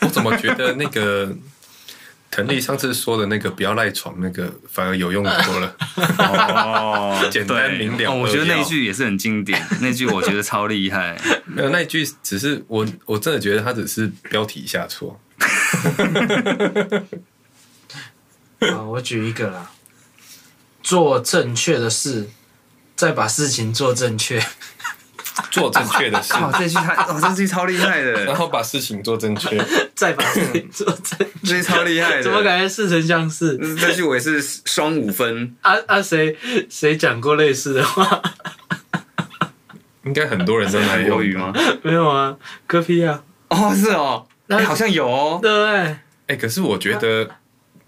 我怎么觉得那个腾丽上次说的那个不要赖床那个反而有用多了？
哦
简单明了
哦我觉得
扼要
那句也是很经典，那句我觉得超厉 *laughs* 害。
没有那一句，只是我我真的觉得他只是标题下错。
啊，我举一个啦，做正确的事，再把事情做正确。
做正确的事，
哦，这句他，哦，这句超厉害
然
*laughs* 的，
后把事情做正确。
*laughs* 再把事情 *laughs* 做正，
这句超厉害的。
怎么感觉似曾相识？
这句我也是双五分。
啊啊，谁谁讲过类似的话？ *laughs*
应该很多人都来
鱿
用
鱼吗？？
没有啊，嗝屁啊，
哦，是哦，
那
哎好像有哦。
对不对？
哎、可是我觉得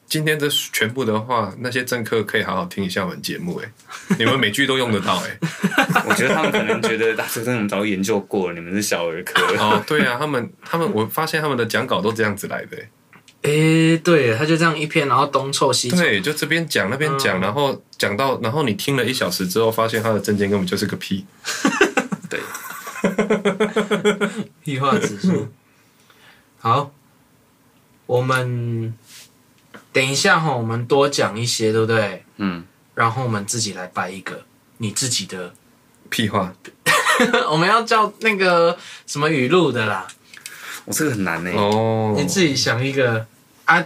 今天这全部的话，那些政客可以好好听一下我们节目、哎，你们每句都用得到、哎。
*laughs* 我觉得他们可能觉得，大学生我们早就研究过了，你们是小儿科。
哦，对啊，他们他们，我发现他们的讲稿都这样子来的、哎
诶，对，他就这样一片，然后东凑西 *laughs* 凑。
对，就这边讲那边
嗯
讲，然后讲到，然后你听了一小时之后，发现他的证件根本就是个屁。
对，
屁话指数。好，我们等一下哈，我们多讲一些，对不对？
嗯，
然后我们自己来掰一个你自己的， *laughs*
屁话，
我们要叫那个什么语录的啦，
我这个很难呢。欸
哦，
你自己想一个啊，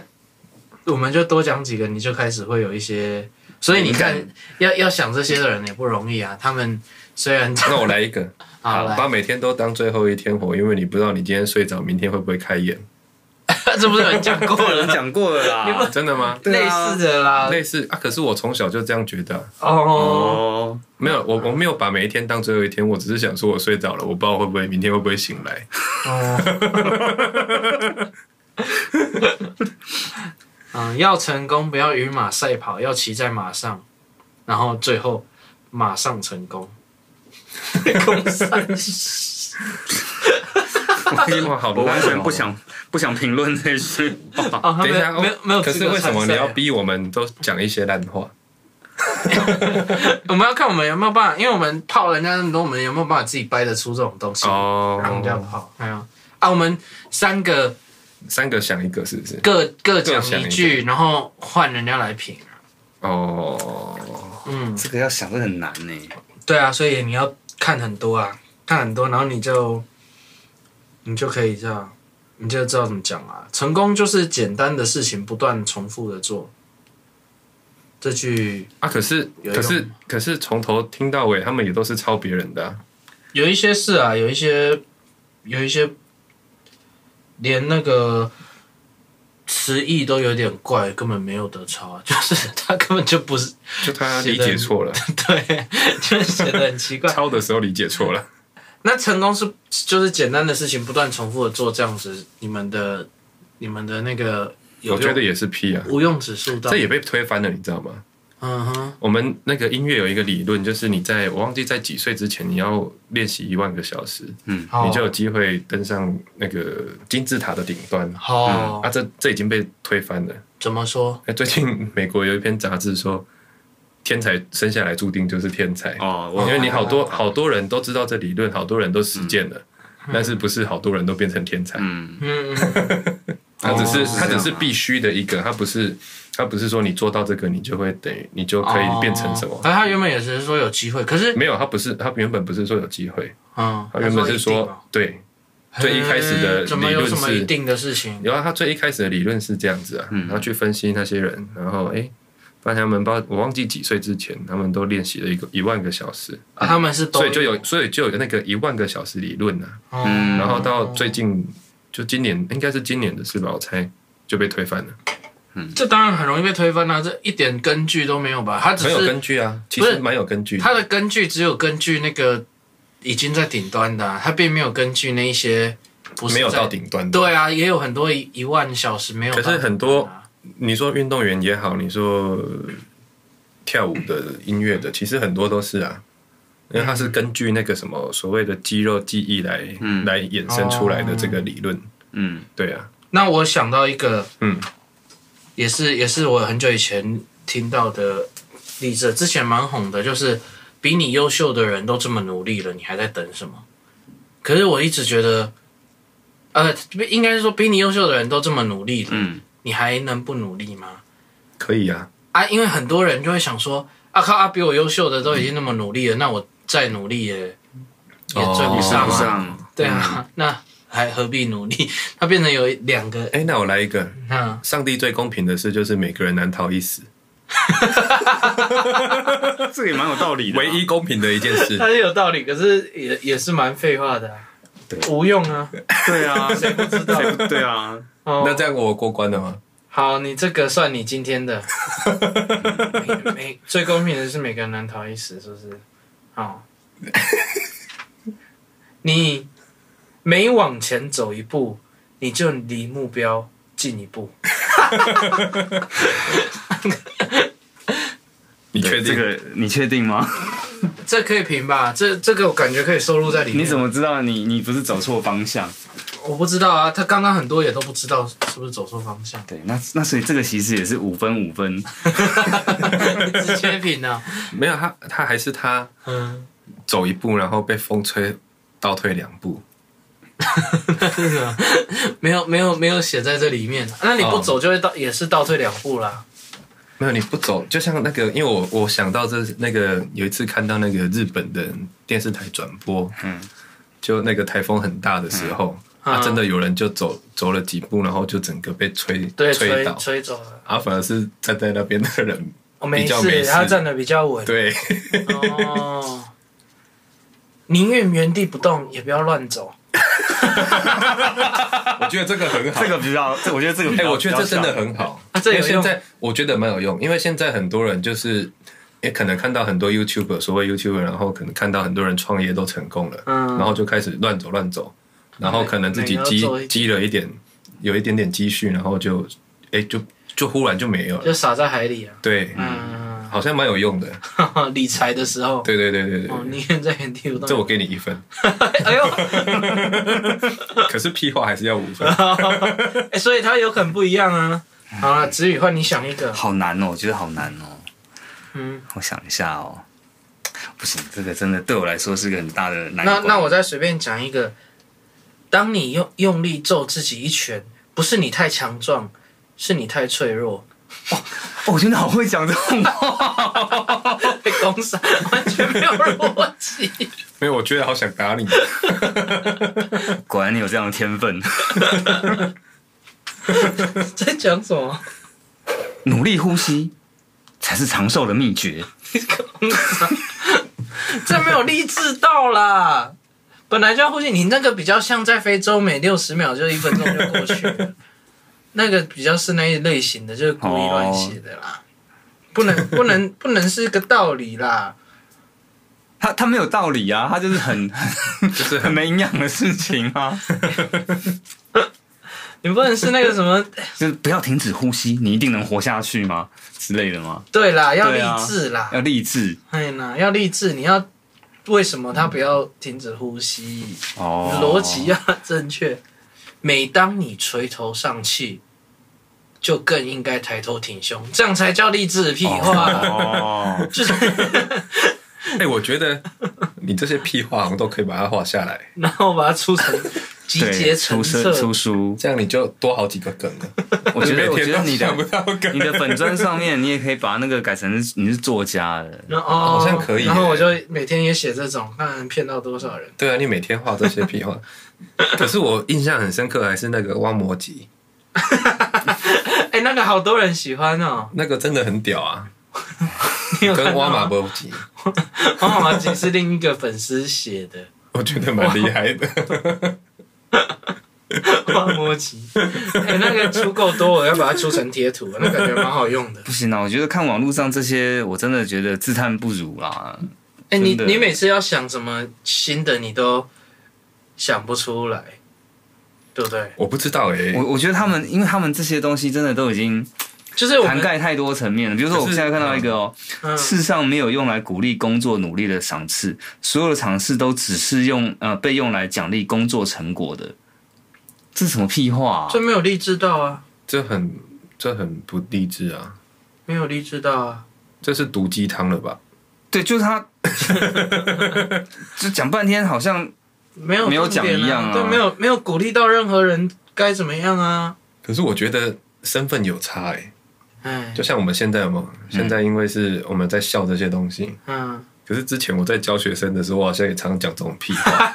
我们就多讲几个，你就开始会有一些。所以你看
灵，
要要想这些的人也不容易啊。他们虽然
那我来一个，
哦 *laughs* 好
把
了，
每天都当最后一天活，因为你不知道你今天睡着，明天会不会
*laughs*
开眼。
这 *laughs* 不是有人讲过
我
*laughs*
有人
了，
讲过了啦，
真的吗？
对
类
啊
似的啦。
类似啊，可是我从小就这样觉得啊、
哦，
哦，
没有，我我没有把每一天当最后一天，我只是想说我睡着了，我不知道会不会明天会不会醒
*laughs*
来。
哦 *laughs* 嗯，要成功不要与马赛跑，要骑在马上，然后最后马上成功。公三小
哇，好
我
烂、
完全
哦！
不想不想评论这 *laughs* 句话。
啊，
等一下，
没有
哦
没有。
可是为什么你要
逼？
逼我们都讲一些烂话？
我们要看我们有没有办法，因为我们泡人家那么多，我们有没有办法自己掰得出这种东西，让人家
哦，
泡。哎呀，啊，我们三个
三个想一个是不是？
各各讲
各想一
一
个
句，然后换人家来评。
哦，
嗯，
这个要想的很难欸呢、
对啊，所以你要看很多啊，看很多，然后你就你就可以这样，你就知道怎么讲啊。成功就是简单的事情不断重复的做。这句
啊，可是
有
可
用
是可是从头听到尾，他们也都是抄别人的、啊。
有一些是啊，有一些有一些连那个词义都有点怪，根本没有得抄啊， *laughs* 就是他根本就不是 *laughs*
就他理解错了，
对，就是写的很奇 *laughs* 怪。
*laughs* 抄的时候理解错了。
那成功是就是简单的事情，不断重复的做这样子，你们的你们的那个 *laughs* 有
我觉
用
得也是屁啊，
无用指数到
这也被推翻了，你知道吗？
嗯哼
我们那个音乐有一个理论，就是你在我忘记在几岁之前，你要练习一万个小时，
好
你就有机会登上那个金字塔的顶端。
好、
啊，这这已经被推翻了。
怎么说？
哎，最近美国有一篇杂志说，天才生下来注定就是天才，
哦，
因
我
为你好多好多人都知道这理论，好多人都实践了，但是不是好多人都变成天才。
嗯，
嗯，嗯嗯
它只是
哦
它只是必须的一个，它不是它不是说你做到这个你就会等于你就可以变成什么
哦。反正他原本也只是说有机会，可是
没有，它不是，它原本不是说有机会，
嗯，
它原本是
他一定嘛
说对，最一开始的
嗯怎么
理
有
论
什么
是
一定的事情？
然后他最一开始的理论是这样子啊，然后去分析那些人，然后哎，发现他们包我忘记几岁之前，他们都练习了一个一万个小时，
啊他们是都
所以就有所以就有那个一万个小时理论啊，
嗯
然后到最近就今年应该是今年的事吧，我猜就被推翻了，
这当然很容易被推翻啊，这一点根据都没有吧？他只
很有
是
根据啊，其
不
实
是
蛮有根据的。
他的根据只有根据那个已经在顶端的啊、他并没有根据那一些不是
没有
在
到。顶端的，
对啊，也有很多一一万小时没有到
可
顶端啊、
是很多你说运动员也好，你说跳舞的、音乐的，其实很多都是啊，因为它是根据那个什么所谓的肌肉记忆来、
嗯
来衍生出来的这个理论。
嗯，
对啊，
那我想到一个，
嗯，
也是也是我很久以前听到的例子，之前蛮红的，就是比你优秀的人都这么努力了，你还在等什么？可是我一直觉得，呃，应该是说比你优秀的人都这么努力了，
嗯，
你还能不努力吗？
可以啊，
啊，因为很多人就会想说，啊靠，啊比我优秀的都已经那么努力了，那我再努力也也追不上
上
啊，
哦不嗯上？
对啊，那还何必努力？它变成有两个，
哎、那我来一个，
嗯，
上帝最公平的事就是每个人难逃一死，
这个也蛮有道理的啊。
唯一公平的一件 *laughs* 事。
它是有道理，可是也也是蛮废话的、啊，无用啊，
对啊，
谁不知道？
*laughs* 对啊，
哦，
那这样我过关了吗？
好，你这个算你今天的，每每最公平的是每个人难逃一死，是不是？好，你每往前走一步，你就离目标近一步。
你确定？
这个你确定吗？
这可以评吧？这这个我感觉可以收录在里面。
你怎？么知道你你不是走错方向？，
我不知道啊，他刚刚很多也都不知道是不是走错方向
对，那那所以这个其实也是五分五分。
直接评啊。
没有他，他还是他
嗯，
走一步，然后被风吹倒退两步。
是什么？没有没有没有写在这里面。那你不
哦
走就会倒，也是倒退两步啦。
没有，你不走，就像那个，因为我我想到这那个有一次看到那个日本的电视台转播，
嗯，
就那个台风很大的时候，啊，
嗯
真的有人就走走了几步，然后就整个被吹
对
吹
吹
倒，
吹走了，
啊，反而是站在那边的
*laughs*
人，
哦，没
比较没
事，
事
他站的比较稳，
对，
哦，宁愿原地不动，也不要乱走。
我觉得这个很好
这个比较，这我觉得这个比
哎、
较，
我觉得这真的
比较
很好。
啊这有
因为现
用
在我觉得蛮有用，因为现在很多人就是也可能看到很多 YouTuber，所谓 YouTuber，然后可能看到很多人创业都成功了，
嗯哎
然后就开始乱走乱走，然后可能自己
每个都
积
做一点
积了一点，有一点点积蓄，然后就哎、就就忽然就没有了。
就撒在海里啊。
对，
嗯，
好像蛮有用的。
*laughs* 理财的时候，
对对对对对，
哦，宁愿在原地不
这我
动。
给你一分，
哎呦， *laughs*
*laughs* 可是屁话还是要五分。
哎，所以它有可能不一样啊。好了，子宇换你想一个。
好难哦，我觉得好难哦。
嗯，
我想一下哦，不行，这个真的对我来说是个很大的难
那
关。
那我再随便讲一个。当你用用力揍自己一拳，不是你太强壮，是你太脆弱。
哦，我觉得好会讲这种话。
被攻杀， *laughs* 完全没有逻辑。
没有，我觉得好想打你。
果然你有这样的天分，
在讲什么？
努力呼吸才是长寿的秘诀。
这没有励志到啦。本来就要呼吸，你那个比较像在非洲，每六十秒就一分钟就过去了。那个比较是那一类型的，就是故意
哦
乱写的啦。不能不能不能是个道理啦。
他他没有道理啊，他就是很
是很
很没营养的事情
*laughs*
啊，
你不能是那个什
*laughs*
么？
就是不要停止呼吸，你一定能活下去吗之类的吗？
对啦，要
对
励
啊
志啦。
要励志
哎呀，要励志，你要为什么他不要停止呼吸？
哦，
逻辑要正确。每当你垂头丧气，就更应该抬头挺胸，这样才叫励志。屁话，
哦，
就是
哎、我觉得你这些屁话，我们都可以把它画下来，
*laughs* 然后把它出成集结
对，
成
出
册
书。出书，
这样你就多好几个梗了。
*laughs* 我觉得我觉得你
想不
的
到梗
你的粉砖上面，你也可以把那个改成是你是作家的，
然后哦
好像可以耶
然后我就每天也写这种，看能骗到多少人。 *laughs*
对啊，你每天画这些屁话。可是我印象很深刻，还是那个挖魔集，
哎，那个好多人喜欢哦。
那个真的很屌啊，
你有看
跟
到
挖马
吗？ *laughs*
波集，
王马马吉是另一个粉丝写的。 *laughs*
我觉得蛮厉害的。
挖摩吉，哎，那个出够多，我要把它出成贴图，那感觉蛮好用的。
不行啊，我觉得看网络上这些，我真的觉得自叹不如啦。
哎、你
真的
你每次要想什么新的，你都想不出来，对不对？
我不知道哎、
我我觉得他们，因为他们这些东西真的都已经
就是我
涵
们
盖太多层面了。比如说，我
可
现在
是
看到一个哦，
嗯
世上没有用来鼓励工作努力的赏赐，所有的赏赐都只是用呃被用来奖励工作成果的。这是什么屁话、啊？
这没有励志到啊，
这很这很不励志啊，
没有励志到啊，
这是毒鸡汤了吧？
对，就是他，就讲半天好像
没有
没有
重点
讲一样啊
对，没有没有鼓励到任何人该怎么样啊，
可是我觉得身份有差哎、
哎
就，像我们现在有没有？现在因为是我们在笑这些东西，
嗯，
可是之前我在教学生的时候，我好像也常讲这种屁话。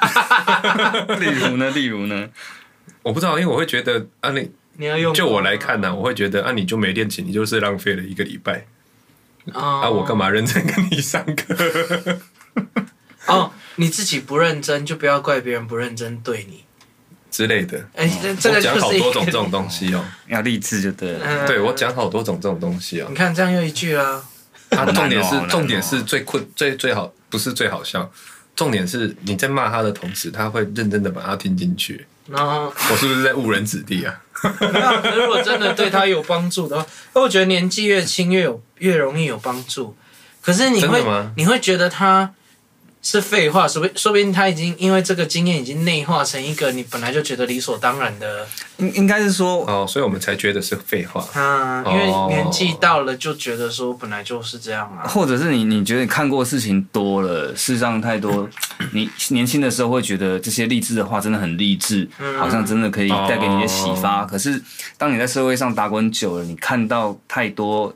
*laughs*
例如呢， *laughs* 例如呢，
我不知道，因为我会觉得啊你，
你要用
就我来看呢、我会觉得啊，你就没练琴，你就是浪费了一个礼拜
啊
啊！我干
嘛？
嘛认真跟你上
*laughs*
课？
哦，你自己不认真，就不要怪别人不认真对你。
之类的。
哎、这这
我
个
讲
就
好
是一
多种
个
这种东西哦、
要励志就对了。
*laughs* 嗯
对我，讲好多种这种东西哦、
你看这样又一句啦、
啊，
难哦
重点
好
是
难哦
重点是最困最最好不是最好笑，重点是你在骂他的同时，他会认真的把它听进去。
然后
我是不是在误人子弟啊？
没有，可是如果真的对他有帮助的话，因为我觉得年纪越轻越有越容易有帮助。可是你
真
会
的吗
你会觉得他是废话，说不说不定他已经因为这个经验已经内化成一个你本来就觉得理所当然的
应应该是说，
哦，所以我们才觉得是废话。
啊，因为
哦
年纪到了就觉得说本来就是这样啊。
或者是你你觉得你看过事情多了，世上太多，
*coughs*
你年轻的时候会觉得这些励志的话真的很励志，
嗯
好像真的可以带
哦
给你一些启发。可是当你在社会上打滚久了，你看到太多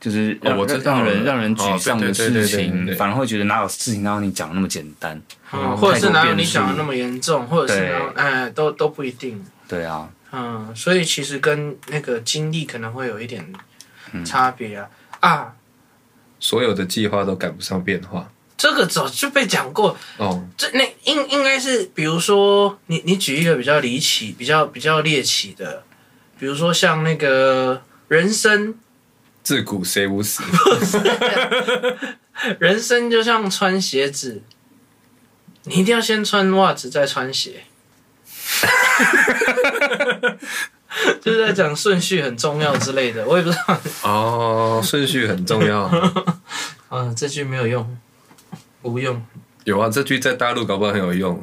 就是
哦
让、
我知道
让人
了
让人沮
哦
丧的
对对对
事
对对对
情，
对
反而会觉得哪有事情让你讲那么简单？
嗯，或者是哪有你想的
太多变数
那么严重，或者是哪有哎，都都不一定。
对啊，
嗯，所以其实跟那个经历可能会有一点差别啊。啊，
所有的计划都赶不上变化。
这个早就被讲过，
哦，
这那应应该是，比如说你你举一个比较离奇、比较比较猎奇的，比如说像那个人生，
自古谁无死？
人生就像穿鞋子，你一定要先穿袜子再穿鞋， *laughs* 就是在讲顺序很重要之类的，我也不知道。
哦，顺序很重要。
啊，这句没有用，无用，
有啊，这句在大陆搞不好很有用，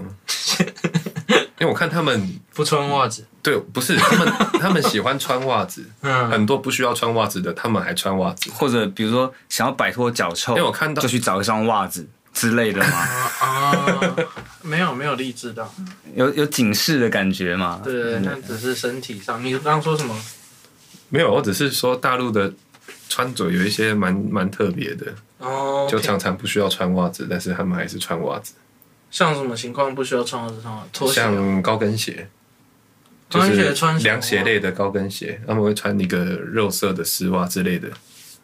因为我看他们
不穿袜子。
对，不是他们，他们喜欢穿袜子，
嗯，
很多不需要穿袜子的，他们还穿袜子。
或者比如说想要摆脱脚臭，
因为我看到
就去找一双袜子之类的
*laughs*
嘛，
啊，没有没有励志到，
有有警示的感觉嘛。
对对对，那只是身体上。你刚刚说什么？
没有，我只是说大陆的穿着有一些蛮蛮特别的，
哦，
就常常不需要穿袜子，但是他们还是穿袜子，
像什么情况不需要穿袜子穿袜子拖鞋？啊
像高跟鞋，就
穿
是
鞋穿什么
凉鞋类的高跟鞋，他们会穿一个肉色的丝袜之类的。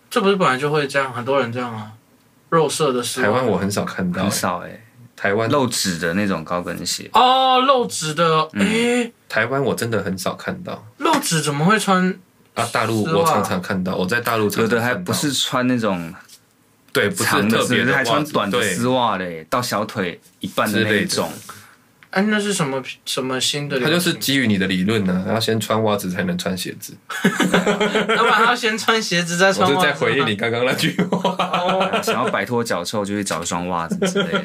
这不是本来就会这样，很多人这样啊。肉色的丝袜
台湾我很少看到
很，少哎、
台湾
露趾的那种高跟鞋，
哦，露趾的，
嗯
诶，
台湾我真的很少看到。
露趾怎么会穿？
啊，大陆
丝袜
我常常看到，我在大陆常常
有的
看
还
到
不是穿那种
对，不是
长的，
特
是
别
不是还
袜
穿
子
短的
对
丝袜嘞，到小腿一半的那一种。
哎，那是什么什么新的流
它
行？
就是基于你的理论呢、要先穿袜子才能穿鞋子。
老板要先穿鞋子再
我
穿
是
袜子。啊
在回应你。刚刚那句话，
哦，
*laughs* 想要摆脱脚臭，就去找一双袜子之类的，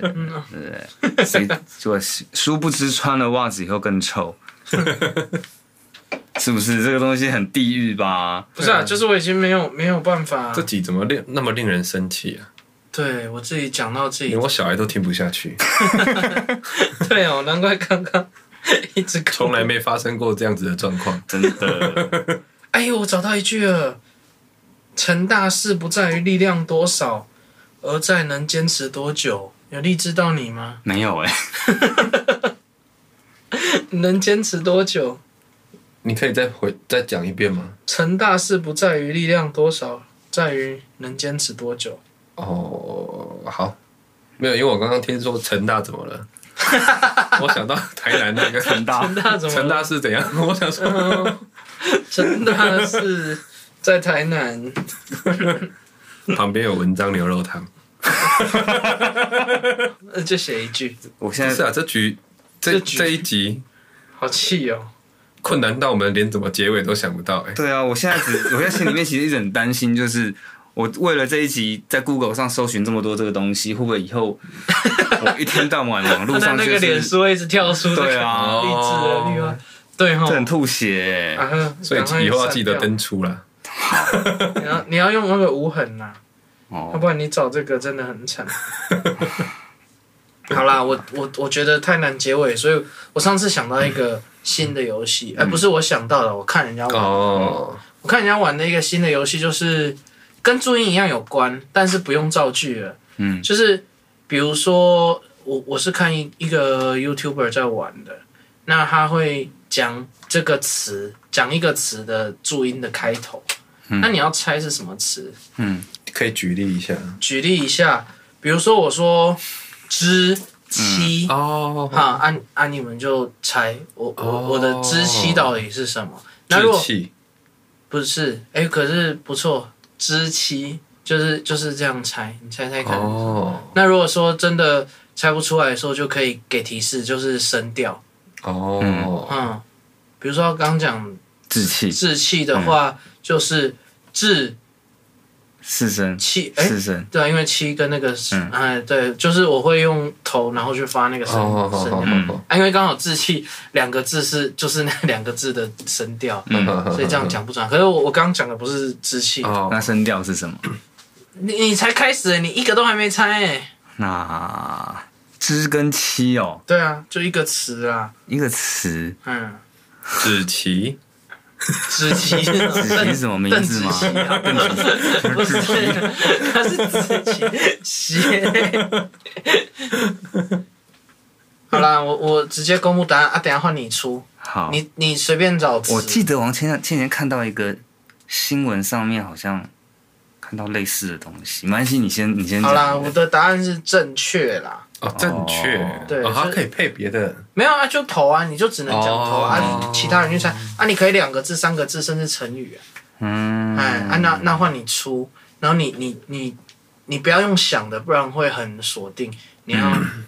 对不对？谁就殊不知穿了袜子以后更
*laughs*
臭，是不是？这个东西很地狱吧？
不是啊，就是我已经没有没有办法
*laughs* 这。集怎么令那么令人生气啊？
对我自己讲到 *laughs* 自己
连，我小孩都听不下去，
对哦，难怪刚刚一直哭
从来。没发生过这样子的状况。
真
*laughs*
的，
哎呦，我找到一句了：成大事不在于力量多少，而在能坚持多久。有励志到你吗？
没有哎、
能坚持多久？
你可以再回再讲一遍吗？
成大事不在于力量多少，在于能坚持多久。
哦，好，没有，因为我刚刚听说成大怎么了，我想到台南那个
很大
成大怎么？
成大是怎样？我想说，
*laughs* 成大是在台南。
旁边有文章牛肉汤。
呃就写一句，
我现
不是
在
啊，这局这
呃这局
这一集
好气哦！
困难到我们连怎么结尾都想不到哎、
对啊，我现在
*laughs*
只我在心里面其实一直很担心，就是我为了这一集在 Google 上搜寻这么多这个东西，会不会以后我一天到晚网
他
络
的
上
*laughs* 那
就
个脸
是
书一直跳出这个励
对
志
啊
的例外，对哈
这。很吐血、欸，
啊
所以以后要记得。
赶快删
登出啦。
掉你要你要用那个无痕呐、
哦
要不然你找这个真的很惨。 *laughs* 好啦，我我我觉得太难结尾，所以我上次想到一个新的游戏，
嗯
哎、不是我想到的，我看人家玩，
哦，
我看人家玩的一个新的游戏，就是跟注音一样有关，但是不用造句了。
嗯
就是比如说，我我是看一一个 YouTuber 在玩的，那他会讲这个词，讲一个词的注音的开头，
嗯
那你要猜是什么词？
可以举例一下
举例一下，比如说我说之七。
哦
哈，按、啊、按、你们就猜我我、
哦
我的知七到底是什么？那如
志
果
气
不是，哎、可是不错，知七就是就是这样猜，你猜猜看。
哦
那如果说真的猜不出来的时候，就可以给提示，就是声调。
哦，
嗯，比如说刚讲
志气
志气的话，
嗯
就是志
四声
气，哎、
四声，
对啊，因为七跟那个是，
嗯
哎，对，就是我会用头，然后去发那个
哦
声
好
声
好
调。
好
啊，因为刚好志气 *laughs* 两个字是就是那两个字的声调，
嗯好，
嗯所以这样讲不准。可是我我刚讲的不是志气，
那
哦，
声调是什么？
你你才开始，你一个都还没猜哎。
那知跟七哦，
对啊，就一个词啊，
一个词
嗯，
子琪
子
*laughs*
琪，
子琪是什么名字
*laughs*
吗？
邓紫棋啊不是，他是子琪鞋。 *laughs* 好啦，我我直接公布答案啊！等一下换你出，
好，
你你随便找词。
我记得王千千年看到一个新闻，上面好像看到类似的东西。没关系，你先你先讲。
好啦，我的答案是正确啦。
哦，正确
哦，
对
哦，它
是
可以配别的，
没有啊，就投啊，你就只能讲投啊，
哦
啊其他人去猜啊，你可以两个字、三个字，甚至成语啊。
嗯，
哎、啊，那那换你出，然后你你你你不要用想的，不然会很锁定。你要
嗯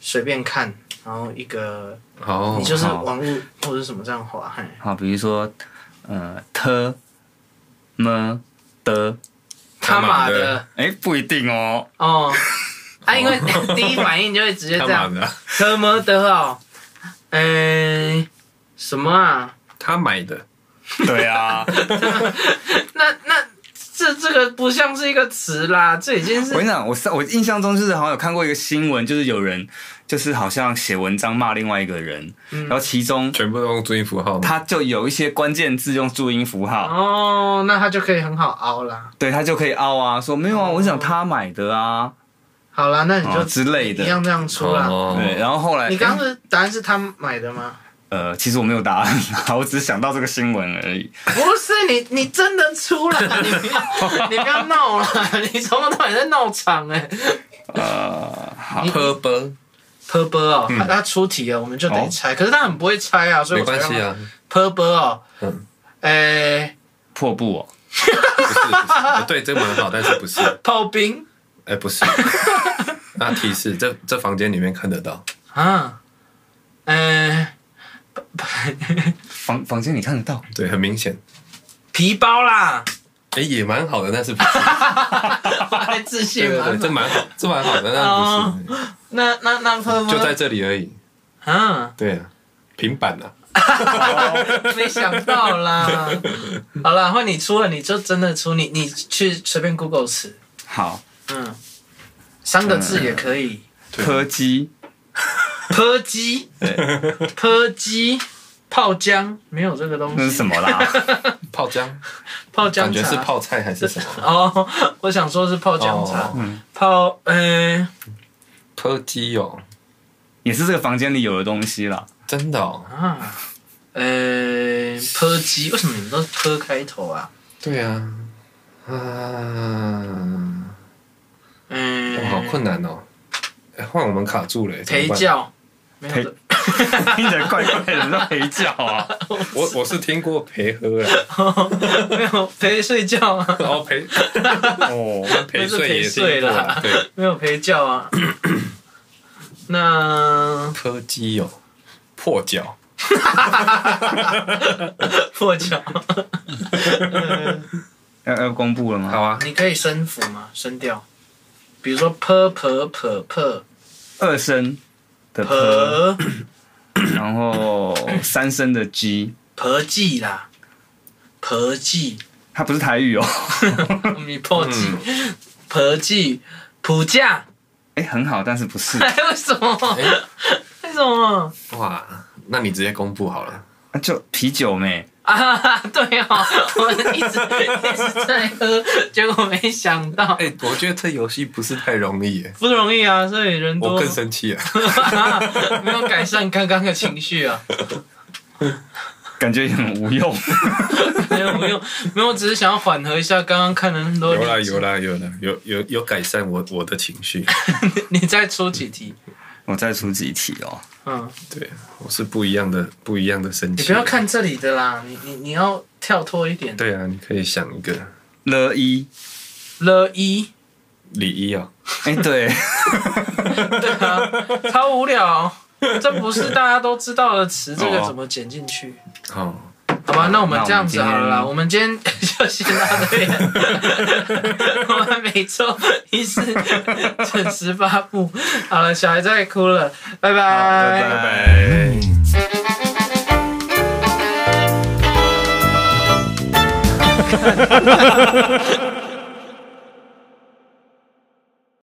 随便看，然后一个
哦
你，就是
好
网络或者什么这样滑。嘿，
好，比如说呃，t m 的，
他
他
妈
妈的
的
哎，不一定哦。
*laughs*
哦，啊，因为第一反应就会直接
干
这样，
嘛哦的啊？
他妈的哦，嗯，什么啊？
他买的，
对啊，
那那这这个不像是一个词啦，这已经
*laughs* 我跟
是
你讲，我上我印象中就是好像有看过一个新闻，就是有人就是好像写文章骂另外一个人，然后其中
全部都用注音符号吗，
他就有一些关键字用注音符号，
哦，那它就可以很好凹啦。
对他就可以凹啊，说没有啊，我想他买的啊，
好啦，那你就
哦之类的
一样这样出啦。
哦
对，然后后来
你刚刚是答案是他买的吗？
呃，其实我没有答案，我只是想到这个新闻而已。
不是你，你真的出了，你不要，你不要闹了，你从头到尾在闹场哎、
呃，好，
purple
泼波哦，他他出题了，我们就得猜，可是他很不会猜啊，所以
嗯哦没
我才
关
让
系
他
啊，
p 波哦，呃
嗯，
诶，
破布哦，
不是，不是呃对，这个蛮好，但是不是，
炮兵
哎，不
*laughs*
是。那提示，这这房间里面看得到，
啊，呃诶，
房房间你看得到，
对，很明显。
*laughs* 皮包啦，
哎， *laughs* 也蛮好的，但是不是？
我还自
对
信
对对，
满
这
满。
蛮好，这蛮好的，但是不是？
那那那泼波
*laughs* 就在这里而已。
啊，
对啊，平板啊，
没想到
*laughs*
啦。好啦，换你出了，你就真的出，你你去随便 Google 词，
好，
嗯，三个字也可
嗯
以。
柯基，
泼鸡，泼鸡，泡姜没有这个东
那是
西，
什么啦？
泡姜，
泡姜
感
茶
觉是泡菜还是什 *laughs* 么？
哦， *laughs* 我想说是泡姜茶，
哦
泡呃
科技哦，
也是这个房间里有的东西
*laughs*
啦。
真的哦，
啊呃泼鸡，为什么你们都是泼开头啊？
对啊，啊，
嗯、
哇，好困难哦。哎换我们卡住了，怎
陪
么办。
教，没有
陪
的
听起来怪怪的，叫陪教
*laughs*
啊。
我我是听过陪喝啊，
*laughs* 没有陪睡觉啊，
然后 *laughs* 陪
哦，
陪睡也听过啊，对，
没有陪教啊。 *coughs* 那
科技哦，破脚，
破教，
要要公布了吗？
好啊，
你可以升符吗？升调，比如说泼泼泼泼。
二声的柯，
*coughs* 婆
然后三声的鸡，
婆记啦，婆记，
它不是台语
*laughs*
哦。
你破记，嗯婆记，普价，
哎，很好，但是
*laughs*
不是？
哎， *laughs* 为什么？为什么？
哇，那你直接公布好了，
啊就啤酒妹，
啊， *laughs* 对哦，我一直一直在喝，结果没想到，
哎，我觉得这游戏不是太容易欸耶，
不容易啊，所以人
我
多
更，生气了，
啊 *laughs* 没有改善刚刚的情绪啊，
感觉也很
*laughs*
无用。
没有没有没有，我只是想要缓和一下刚刚看了很 *laughs* 多，
有啦有啦有啦，有有有改善我我的情绪，
你 *laughs* 再出几题，
我再出几题哦。
嗯，
对，我是不一样的不一样的生气，
你不要，看这里的啦，你你你要跳脱一点，
对啊，你可以想一个
了一，
了一。
李一啊，
哎，对，
对啊，超无聊，这不是大家都知道的词，这个
哦
怎么剪进去？
好，
好吧，那我们这样子
那我
好
们
了啦，
今天
我们今天 *laughs* 就先到这边。我们每周一次 *laughs* 准时发布。好了，小孩在哭了，拜拜。
拜拜。